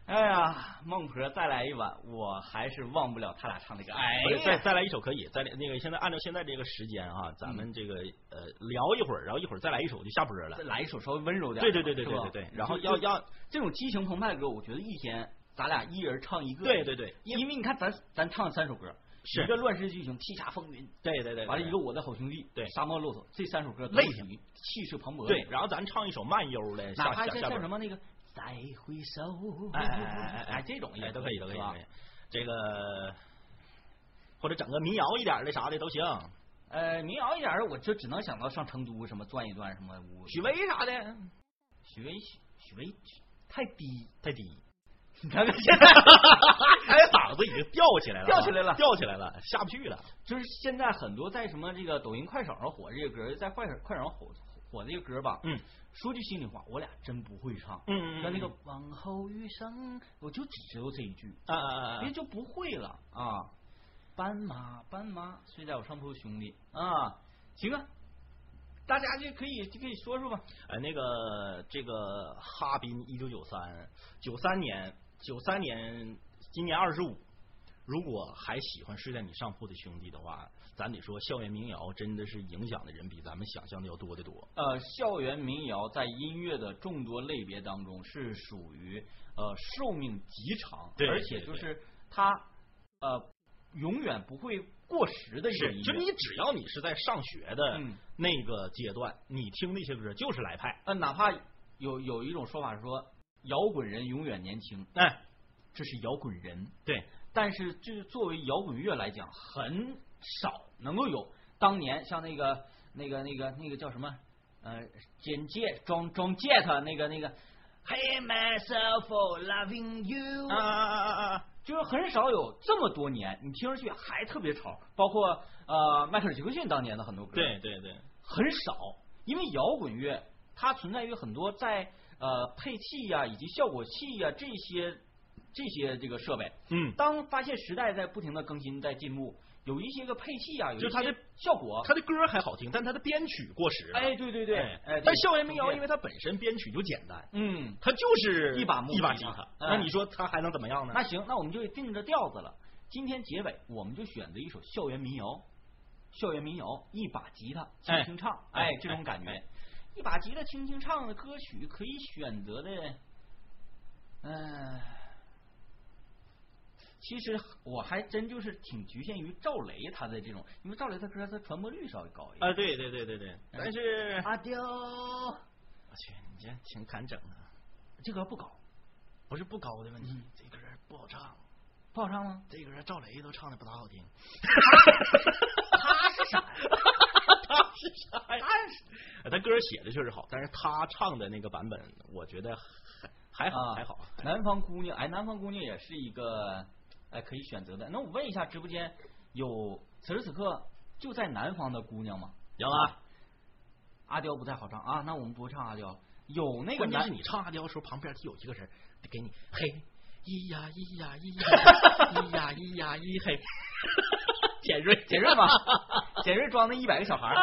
D: 哎呀，孟婆再来一碗，我还是忘不了他俩唱那个。哎
C: 不是再
D: 呀，
C: 再来一首可以，再来那个现在按照现在这个时间啊，咱们这个呃聊一会儿，然后一会儿再来一首就下播了
D: 嗯再。来一首稍微温柔点
C: 对
D: 的。
C: 对对对
D: 是
C: 对
D: 吧
C: 对对，然后
D: 就
C: 要
D: 就
C: 要
D: 这种激情澎湃的歌，我觉得一天咱俩一人唱一个。
C: 对对对
D: 因为，因为你看咱咱唱了三首歌，
C: 是
D: 一个乱世巨星叱咤风云，
C: 对对对对，
D: 完了一个我的好兄弟，
C: 对
D: 沙漠骆驼，这三首歌
C: 类
D: 型气势磅礴。
C: 对，，然后咱唱一首慢悠的，
D: 哪
C: 下
D: 怕
C: 下下
D: 是像
C: 边
D: 什么那个再回首，
C: 哎哎哎
D: *laughs*
C: 哎
D: 哎这种啊
C: 哎
D: 也
C: 都可以都可以
D: 是吧
C: 都可以，这个或者整个民谣一点的啥的都行，
D: 呃，民谣一点儿，我就只能想到上成都什么转一转什么屋。
C: 许巍啥的
D: 许巍，许巍太低， *laughs*
C: 太低，
D: 你看看现在，
C: 哎嗓子已经吊起来了啊，
D: 吊起来了
C: 吊起来了，下不去了。
D: 就是现在很多在什么这个抖音、快手上火这个歌，在快手、快手上火火这个歌吧。
C: 嗯，
D: 说句心里话，我俩真不会唱。
C: 嗯嗯嗯
D: 像那个
C: 嗯
D: 往后余生，我就只知道这一句，
C: 啊啊啊
D: 别、！就不会了啊。斑马，斑马，睡在我上铺，兄弟啊，行啊，大家就可以就可以说说吧。
C: 哎，那个这个哈滨一九九三九三年九三年，今年二十五。如果还喜欢睡在你上铺的兄弟的话，咱得说校园民谣真的是影响的人比咱们想象的要多得多。
D: 呃，校园民谣在音乐的众多类别当中是属于呃寿命极长，
C: 对
D: 而且
C: 对
D: 就
C: 对
D: 是它呃永远不会过时的一种音
C: 就
D: 乐。
C: 你只要你是在上学的
D: 嗯
C: 那个阶段，你听那些歌就是来派。
D: 呃，哪怕有有一种说法说摇滚人永远年轻，
C: 哎，
D: 这是摇滚人，
C: 对，
D: 但是就是作为摇滚乐来讲，很少能够有当年像那个那个那个那个叫什么呃简介装装 jet 那个那个。
F: Hate myself for loving you。
D: 啊啊啊啊！啊！就是很少有这么多年，你听上去还特别潮，包括呃迈克尔杰克逊当年的很多歌，，
C: 对对对，
D: 很少，因为摇滚乐它存在于很多在呃配器呀、以及效果器呀、这些这些这个设备，
C: 嗯，
D: 当发现时代在不停的更新在进步，有一些个配器啊，有一些
C: 就是它的
D: 效果。
C: 他的歌还好听，但他的编曲过时了。
D: 哎，对对对，哎，
C: 但
D: 对
C: 校园民谣，
D: 对
C: 因为它本身编曲就简单，
D: 嗯，
C: 它就是
D: 一把木
C: 一把吉
D: 吉他
C: 他。
D: 哎
C: 那你说它还能怎么样呢？
D: 那行，那我们就定着调子了。今天结尾我们就选择一首校园民谣，校园民谣，一把吉他轻轻唱，
C: 哎
D: 哎，
C: 哎
D: 这种感觉，
C: 哎
D: 一把吉他轻轻唱的歌曲可以选择的，嗯、其实我还真就是挺局限于赵雷他的这种，因为赵雷的歌他传播率稍微高一点。
C: 啊，对对对对对，
D: 嗯
C: 但是
D: 阿刁，
C: 我去，你这挺敢整啊！
D: 这歌不高，
C: 不是不高的问题
D: 嗯，
C: 这歌儿不好唱，
D: 不好唱吗？
C: 这歌儿赵雷都唱的不大好
D: *laughs*
C: 听。
F: 他是
C: *laughs*
F: 啥？
C: 他是啥呀？他歌儿写的确实好，但是他唱的那个版本，我觉得还还好
D: 啊
C: 还好。
D: 南方姑娘，哎，南方姑娘也是一个哎可以选择的。那我问一下，直播间有此时此刻就在南方的姑娘吗？
C: 行啊，
D: 阿刁不太好唱啊，那我们不唱阿刁。有那个
C: 关键
D: 南
C: 是你唱阿刁的时候，旁边得有一个人得给你嘿，咿呀咿呀
D: *laughs*
C: 咿呀咿呀咿呀咿嘿，简瑞 *laughs*
D: 简瑞吧，简瑞装的一百个小孩儿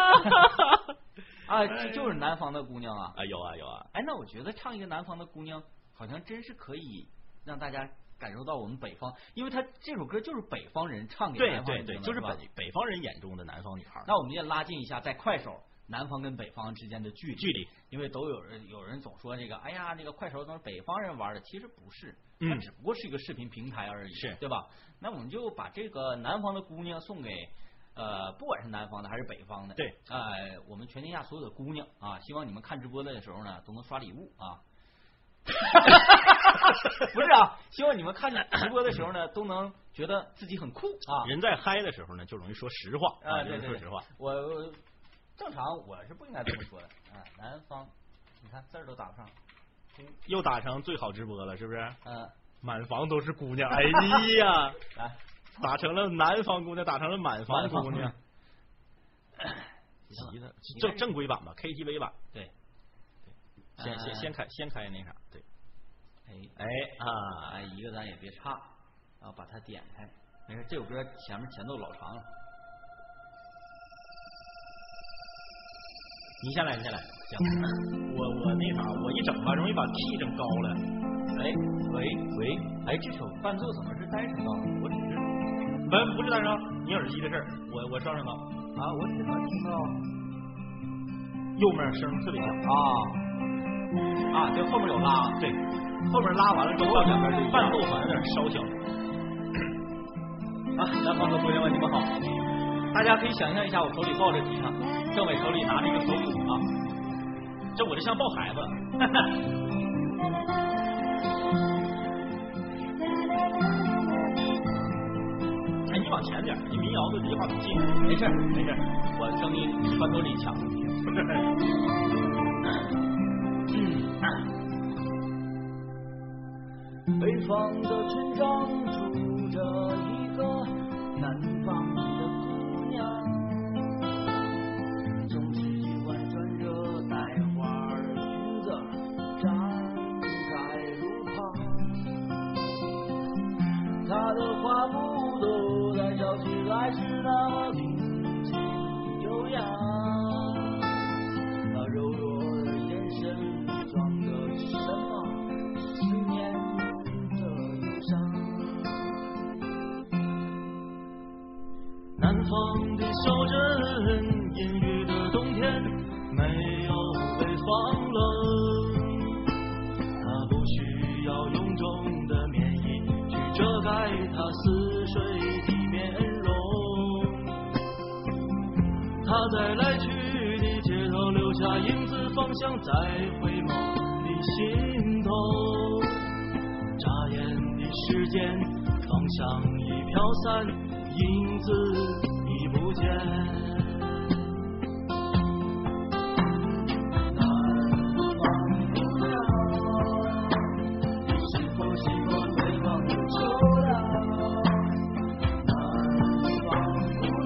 D: 啊，就就是南方的姑娘啊。
C: 啊有啊有啊，
D: 哎，那我觉得唱一个南方的姑娘，好像真是可以让大家感受到我们北方，因为他这首歌就是北方人唱给
C: 对
D: 南方
C: 对
D: 人听的，
C: 对，就是
D: 吧
C: 北北方人眼中的南方女孩儿。
D: 那我们也拉近一下，在快手南方跟北方之间的距离。
C: 距离，
D: 因为都有人有人总说这个，哎呀，这个快手都是北方人玩的，其实不是，
C: 嗯
D: 它只不过是一个视频平台而已，
C: 是
D: 对吧？那我们就把这个南方的姑娘送给。呃，不管是南方的还是北方的，
C: 对，
D: 呃，我们全天下所有的姑娘啊，希望你们看直播的时候呢，都能刷礼物啊。 *laughs* 不是啊，希望你们看直播的时候呢，都能觉得自己很酷啊，
C: 人在嗨的时候呢，就容易说实话
D: 啊，
C: 就
D: 对
C: 是
D: 对
C: 说
D: 对，
C: 实话。
D: 我我正常我是不应该这么说的啊。南方，你看字儿都打不上，
C: 又打成最好直播了，是不是？
D: 嗯、
C: 满房都是姑 *laughs* 娘，哎呀，
D: 来，
C: 打成了南方姑娘，打成了满房
D: 满房
C: 姑娘。
D: 行
C: 急的，正正规版吧，KTV 版。
D: 对，
C: 对，先先
D: 哎
C: 先开先开那啥，对，
D: 哎
C: 啊哎
D: 哎，
C: 啊，
D: 一个咱也别差，啊，把它点开。没事，这首歌前面前奏老长了，
C: 你先来，你先来， *laughs* 行，我我那啥，我一整吧，容易把 key 整高了。
D: 哎喂喂，哎，这首伴奏怎么是单声道呢？我只是
C: 不不是单声，你耳机的事儿，我我双声道，
D: 啊，我只能听到
C: 右面声特别小。
D: 啊啊，对，后面有拉，
C: 对，后面拉完了之后，
D: 哦两边就
C: 伴奏好像有点稍小。
D: 啊，南方的朋友们，你们好！大家可以想象一下，我手里抱着吉他，政委手里拿着一个手鼓啊，
C: 这我就像抱
D: *laughs*
C: 孩子，哎，你往前点儿，你民谣都离话筒近。
D: 没事儿没事儿，我声音比伴奏力
C: *laughs*
D: 强。
H: 北方的村庄住着一个南方的姑娘，总是喜欢穿热带花儿裙子，张开路旁。她的花骨朵在笑起来时那么平静悠扬，那柔弱的眼神装着什么？思念的忧伤。南方的小镇，阴雨的冬天没有北方冷，它不需要臃肿的棉衣去遮盖它似水的面容。它在来去的街头留下影子，方向在回眸的心头。眨眼的时间，芳香已飘散，影子已不见。南方姑娘，你是否喜欢北方的秋凉？南方姑娘。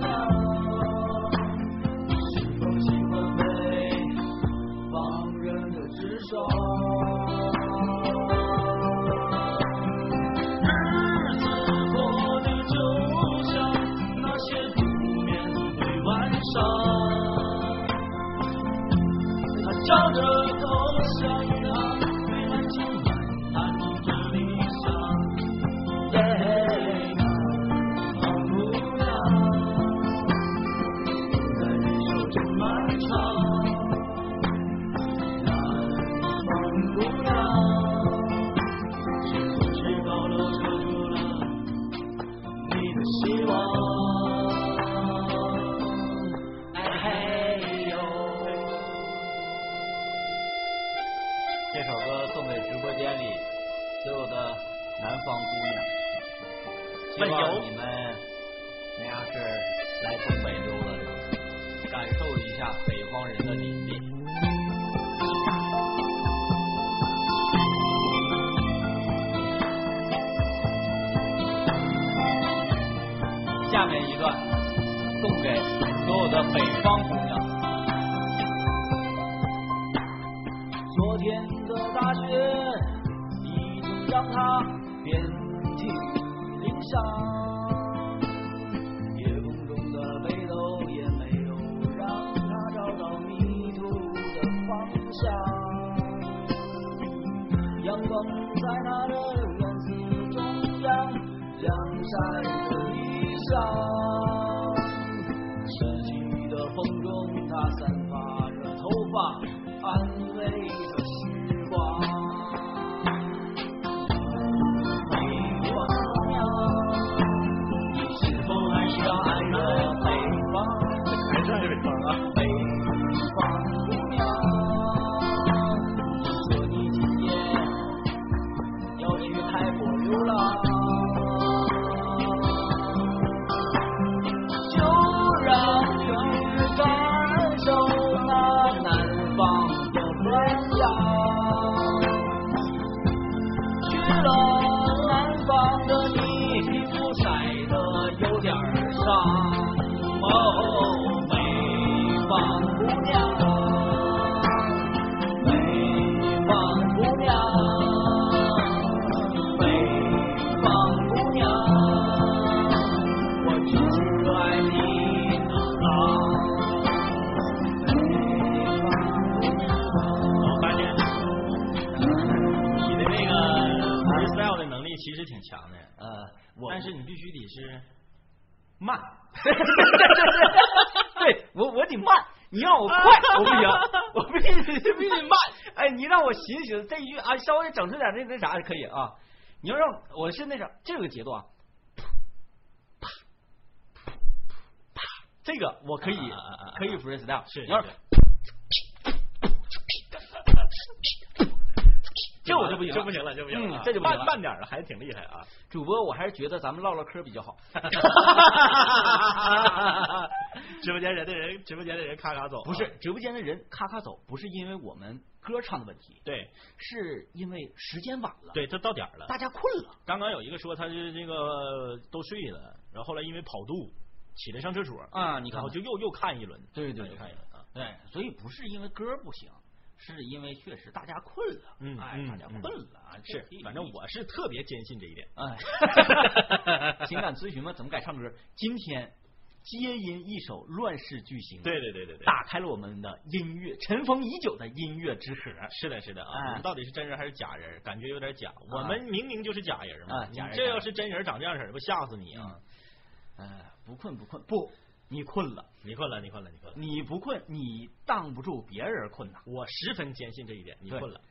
H: 是否喜欢北方人的直爽？日子过得就像那些上。他摇着头，像雨啊，飞来轻满弹动着理想。耶，好姑娘，在忍受着漫长。南方姑娘，是从至高楼遮住了你的希望。
F: 哎呦，
D: 这首歌送给直播间里所有的南方姑娘，希望你们你要是来东北溜达溜，感受一下北方人的邻里。下面一段送给所有的北方姑娘。
H: 昨天的大雪已经让它遍体鳞伤，夜空中的北斗也没有让它找到迷途的方向。阳光在它的院子中央晾晒着理想。逝去的风中，它散发着头发，安慰着时光。北方姑娘，你是否还是要爱着北方？还是爱北方啊？北方姑娘，听说你今夜要去泰国流浪。就让人感受那南方的暖阳。去了南方的你，皮肤晒得有点儿伤。哦，北方姑娘，北方姑娘，北方姑娘。我只热爱你
C: 我发现你的那个 freestyle 的能力其实挺强的，
D: 呃，我
C: 但是你必须得是
D: 慢， *laughs* 对我我得慢，你让
C: *laughs*
D: 我快我不行，我必须得必须得慢。哎，你让我寻寻这一句啊，稍微整出点那那啥也可以啊。你要让我是那啥这个节奏啊，这个我可以
C: 啊啊啊啊啊
D: 可以 freestyle。
C: 是
D: 你要是
C: 是
D: 这我就不行了，
C: 这不行了，这不行了，
D: 嗯
C: 啊
D: 这就不
C: 慢
D: 行了
C: 慢点了，还挺厉害啊。
D: 主播，我还是觉得咱们唠唠嗑比
C: *laughs*
D: 较好。 *laughs*
C: 直播间人的人，直播间的人咔咔走啊，
D: 不是，直播间的人咔咔走，不是因为我们歌唱的问题，
C: 对
D: 是因为时间晚了，
C: 对，这到点儿了。
D: 大家困了。
C: 刚刚有一个说他是这个都睡了，然后后来因为跑肚起来上厕所
D: 啊你看
C: 然后就又又看一轮，
D: 对
C: 又
D: 对对
C: 看一轮啊。
D: 哎对，所以不是因为歌不行，是因为确实大家困了，
C: 嗯
D: 哎，
C: 嗯
D: 大家
C: 嗯
D: 困了啊，这
C: 是
D: 可以，理
C: 反正
D: 解
C: 我是特别坚信这一点。 *laughs*
D: 哎，情感咨询嘛，怎么改唱歌？今天接音一首《乱世巨星》，
C: 对对对对对，
D: 打开了我们的音乐尘封已久的音乐之盒。
C: 是的，是的啊！
D: 哎
C: 你们到底是真人还是假人？感觉有点假。我们明明就是假人嘛
D: 啊，假人
C: 你这要是真人长这样式儿，不吓死你啊！
D: 嗯哎，不困不困，不，你困了，
C: 你困了，你困了，你困了。
D: 你不困，你挡不住别人困呐。
C: 我十分坚信这一点，你
D: 对
C: 困了。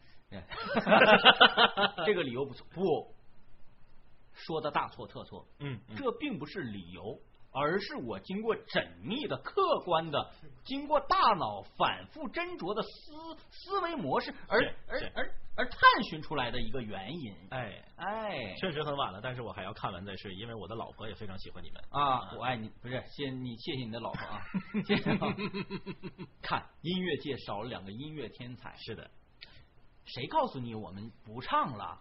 D: 这个理由不错，不说的大错特错，
C: 嗯，嗯
D: 这并不是理由，而是我经过缜密的、客观的、经过大脑反复斟酌的思思维模式而
C: 是
D: 而
C: 是
D: 而而探寻出来的一个原因。
C: 哎，
D: 哎，
C: 确实很晚了，但是我还要看完再睡，因为我的老婆也非常喜欢你们。
D: 啊，我爱你，不是谢你，谢谢你的老婆
C: *laughs*
D: 啊，谢谢老婆。看音乐界少了两个音乐天才，
C: 是的，
D: 谁告诉你我们不
C: *laughs*
D: 唱了？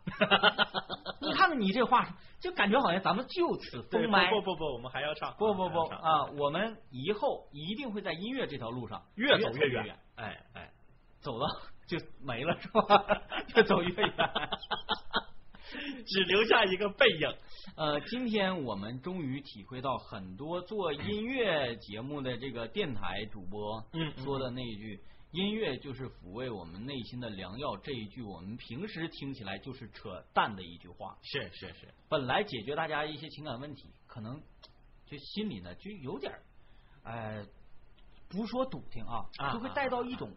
D: 你看看你这话，就感觉好像咱们就此
C: 对
D: 封麦。
C: 不不不，我们还要唱，
D: 不不
C: 还要
D: 不
C: 唱
D: 啊！我们以后一定会在音乐这条路上
C: 越走
D: 越
C: 越远，，哎哎， *laughs*
D: 走到就没了是吧？越走越远。
C: 只留下一个背影。
D: 呃，今天我们终于体会到很多做音乐节目的这个电台主播
C: 嗯嗯
D: 说的那一句“音乐就是抚慰我们内心的良药”这一句，我们平时听起来就是扯淡的一句话。
C: 是是是，
D: 本来解决大家一些情感问题，可能就心里呢就有点儿，呃，不说笃定啊，
C: 啊
D: 就会带到一种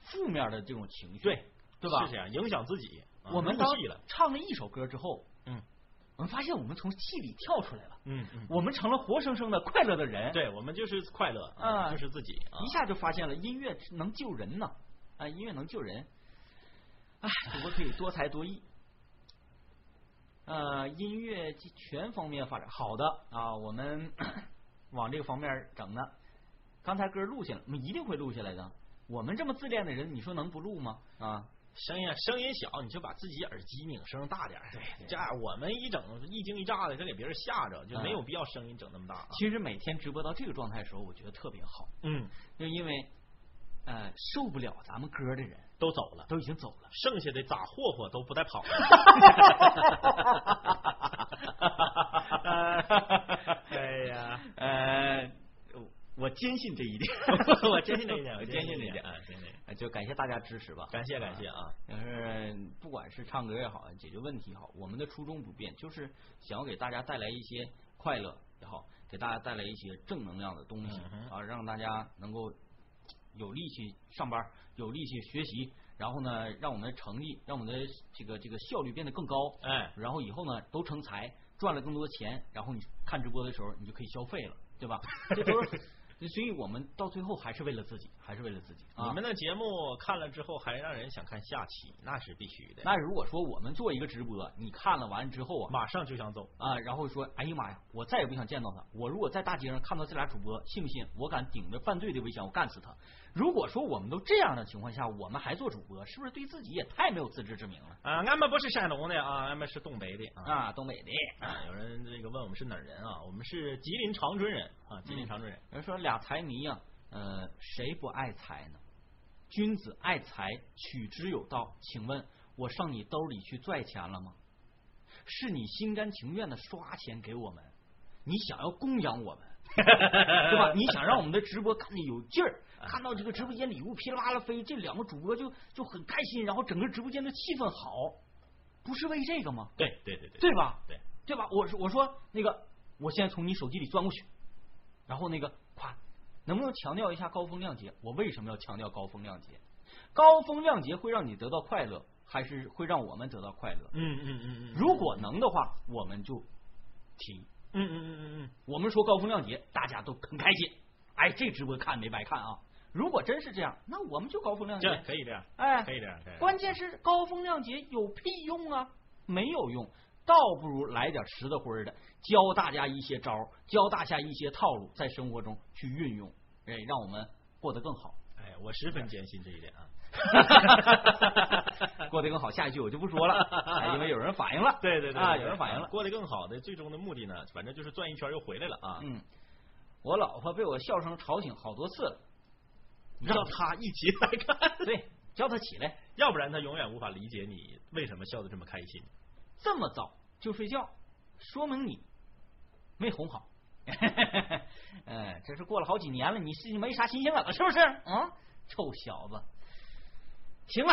D: 负面的这种情绪，
C: 对
D: 对吧？
C: 是这样，影响自己。啊
D: 我们
C: 入
D: 当
C: 戏了。
D: 唱了一首歌之后，
C: 嗯，
D: 我们发现我们从戏里跳出来了，
C: 嗯嗯，
D: 我们成了活生生的快乐的人，，
C: 对我们就是快乐，
D: 啊
C: 就是自己啊
D: 一。下就发现了音乐能救人呢，啊，音乐能救人，哎，主播可以多才多艺。呃，音乐及全方面发展，好的啊，我们 *coughs* 往这个方面整呢。刚才歌录下来，我们一定会录下来的。我们这么自恋的人，你说能不录吗？啊，
C: 声音声音小，你就把自己耳机拧声大点儿。对，这样我们一整一惊一乍的，这给别人吓着，
D: 嗯
C: 就没有必要声音整那么大啊。
D: 其实每天直播到这个状态的时候，我觉得特别好，
C: 嗯，
D: 就因为呃受不了咱们歌的人
C: 都走了，
D: 都已经走了。
C: 剩下的咋霍霍都不带 *laughs* 跑的。，
D: 哎呀，呃，我我坚信这一点
C: *laughs* 我坚信这一点，
D: 我
C: 我
D: 坚
C: 坚
D: 信
C: 信
D: 这
C: 这
D: 一
C: 一
D: 点
C: 点，。啊，真的。
D: 呃就感谢大家支持吧，
C: 感谢感谢啊！
D: 就是不管是唱歌也好，解决问题也好，我们的初衷不变，就是想要给大家带来一些快乐也好，给大家带来一些正能量的东西
C: 嗯哼
D: 啊，让大家能够有力气上班，有力气学习，然后呢，让我们的成绩，让我们的这个这个效率变得更高，
C: 哎，
D: 然后以后呢都成才，赚了更多钱，然后你看直播的时候你就可以消费了，
C: *laughs*
D: 对吧？这都是，所以我们到最后还是为了自己，还是为了自己。啊、
C: 你们的节目看了之后还让人想看下期，那是必须的。
D: 那如果说我们做一个直播，你看了完之后啊
C: 马上就想走，
D: 啊，然后说，哎呀妈呀，我再也不想见到他。我如果在大街上看到这俩主播，信不信我敢顶着犯罪的危险，我干死他？如果说我们都这样的情况下，我们还做主播，是不是对自己也太没有自知之明了？
C: 啊，俺们不是山东的啊，俺们是东北的啊。
D: 啊，东北的，
C: 啊，有人这个问我们是哪儿人啊？我们是吉林长春人啊，吉林长 *laughs* 春人。
D: 人说俩财迷呀、呃，谁不爱财呢？君子爱财，取之有道。请问，我上你兜里去拽钱了吗？是你心甘情愿的刷钱给我们，你想要供养我们，
C: *laughs*
D: 对吧？你想让我们的直播看着有劲儿，
C: 啊
D: 看到这个直播间礼物噼里啪啦飞，这两个主播就就很开心，然后整个直播间的气氛好，不是为这个吗？
C: 对对对对，
D: 对吧？
C: 对
D: 对吧？我说我说那个，我现在从你手机里钻过去，然后那个夸，能不能强调一下高风亮节？我为什么要强调高风亮节？高风亮节会让你得到快乐，还是会让我们得到快乐？
C: 嗯嗯嗯嗯，
D: 如果能的话，我们就提。
C: 嗯嗯嗯嗯嗯，
D: 我们说高风亮节，大家都很开心。哎，这直播看没白看啊！如果真是这样，那我们就高风亮
C: 这
D: 节。
C: 可以这样，
D: 嗯哎，
C: 可以这样，可以这样。
D: 关键是高风亮节有屁用啊？没有用，倒不如来点实的灰儿的，教大家一些招儿，教大家一些套路，在生活中去运用，哎，让我们过得更好，
C: 哎，我十分坚信这一点啊。
D: 过得更好。下一句我就不说了，哎、因为有人反应了。
C: 对对对
D: 啊，有人反应了。
C: 过得更好的最终的目的呢，反正就是转一圈又回来了啊。
D: 嗯，我老婆被我笑声吵醒好多次了，
C: 让 *laughs* 他一起来看， *laughs*
D: 对，叫她起来，
C: 要不然他永远无法理解你为什么笑得这么开心。
D: 这么早就睡觉，说明你没哄好。 *laughs* 嗯，这是过了好几年了，你是没啥新鲜感了，是不是？啊，臭小子！行了，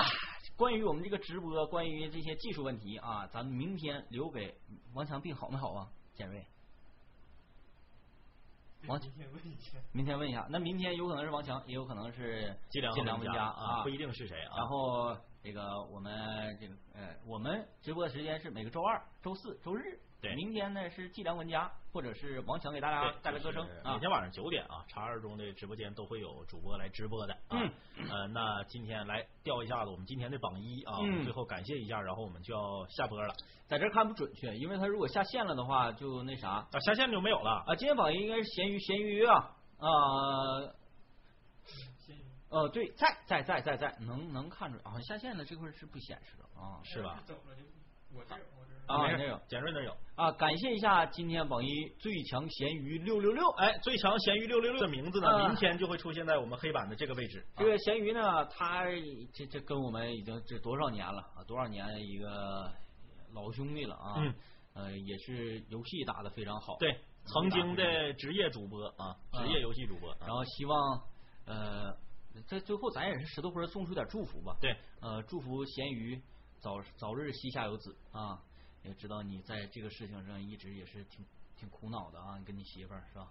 D: 关于我们这个直播，关于这些技术问题啊，咱们明天留给王强病好没好啊？简瑞，王
E: 今天问一下，
D: 明天问一下。那明天有可能是王强，也有可能是
C: 尽量
D: 尽量
C: 温
D: 温家
C: 啊，
D: 啊
C: 不一定是谁啊。
D: 然后这个我们这个呃，我们直播的时间是每个周二、周四、周日。
C: 对
D: 明天呢是计量文佳或者是王强给大
C: 对
D: 家带来歌声
C: 就是
D: 啊
C: 每。天晚上九点啊，茶二中的直播间都会有主播来直播的啊。
D: 嗯
C: 呃，那今天来调一下子我们今天的榜一啊，
D: 嗯
C: 最后感谢一下，然后我们就要下播了。
D: 在这儿看不准确，因为他如果下线了的话，就那啥
C: 啊，下线就没有了。
D: 啊。今天榜一应该是咸鱼，咸鱼啊，呃
E: 先
D: 呃，对，在在在在在，能能看出来，好像下线了这块是不显示的啊
C: 是吧？
E: 走了就我这儿我这儿
D: 啊
C: 没
D: 那
C: 事
D: 有
C: 简瑞那有。
D: 啊！感谢一下今天榜一最强咸鱼六六六，
C: 哎，最强咸鱼六六六的名字呢，
D: 啊
C: 明天就会出现在我们黑板的这个位置。啊
D: 这个咸鱼呢，他这这跟我们已经这多少年了啊？多少年一个老兄弟了啊，
C: 嗯
D: 呃，也是游戏打得非常好，
C: 对，曾经的职业主播啊，
D: 嗯
C: 职业游戏主播，啊
D: 然后希望呃，在最后咱也是石头坡送出点祝福吧。
C: 对，
D: 呃，祝福咸鱼早早日膝下有子啊！也知道你在这个事情上一直也是挺挺苦恼的啊，你跟你媳妇儿是吧？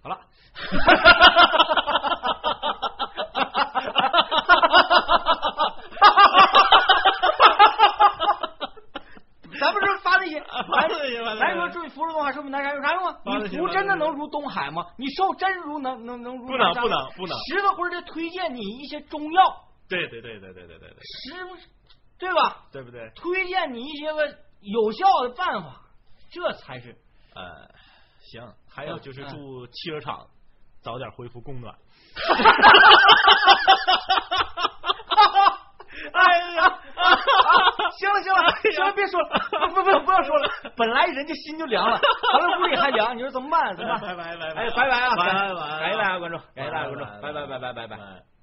D: 好了， *laughs* 咱不是 *laughs* 发那些，
C: *laughs* 完了也完了
D: 咱说注意福如东海，说明南山有啥用啊？
C: 完了
D: 你福真的能如东海吗？你寿真如能能能如
C: 不能
D: 南山
C: 不
D: 吗
C: 能不能
D: 石头辉儿就推荐你一些中药，
C: 对对对对对对对对，
D: 石对吧？
C: 对不对？
D: 推荐你一些个有效的办法，这才是
C: 呃，行，还有就是
D: 嗯
C: 祝汽车厂早点恢复供暖。
D: 哎 *laughs* 呀，行了行了，行了，别说了，不不不要说了。本来人家心就凉了，完了屋里还凉，你说怎么办？怎么
C: *laughs* 拜
D: 办？
C: 拜
D: 哎，拜拜啊！
C: 拜
D: 感
C: 拜拜，
D: 感谢大家关注，感谢大家关注，
C: 拜
D: 拜
C: 拜
D: 拜拜拜拜拜拜。
C: 拜。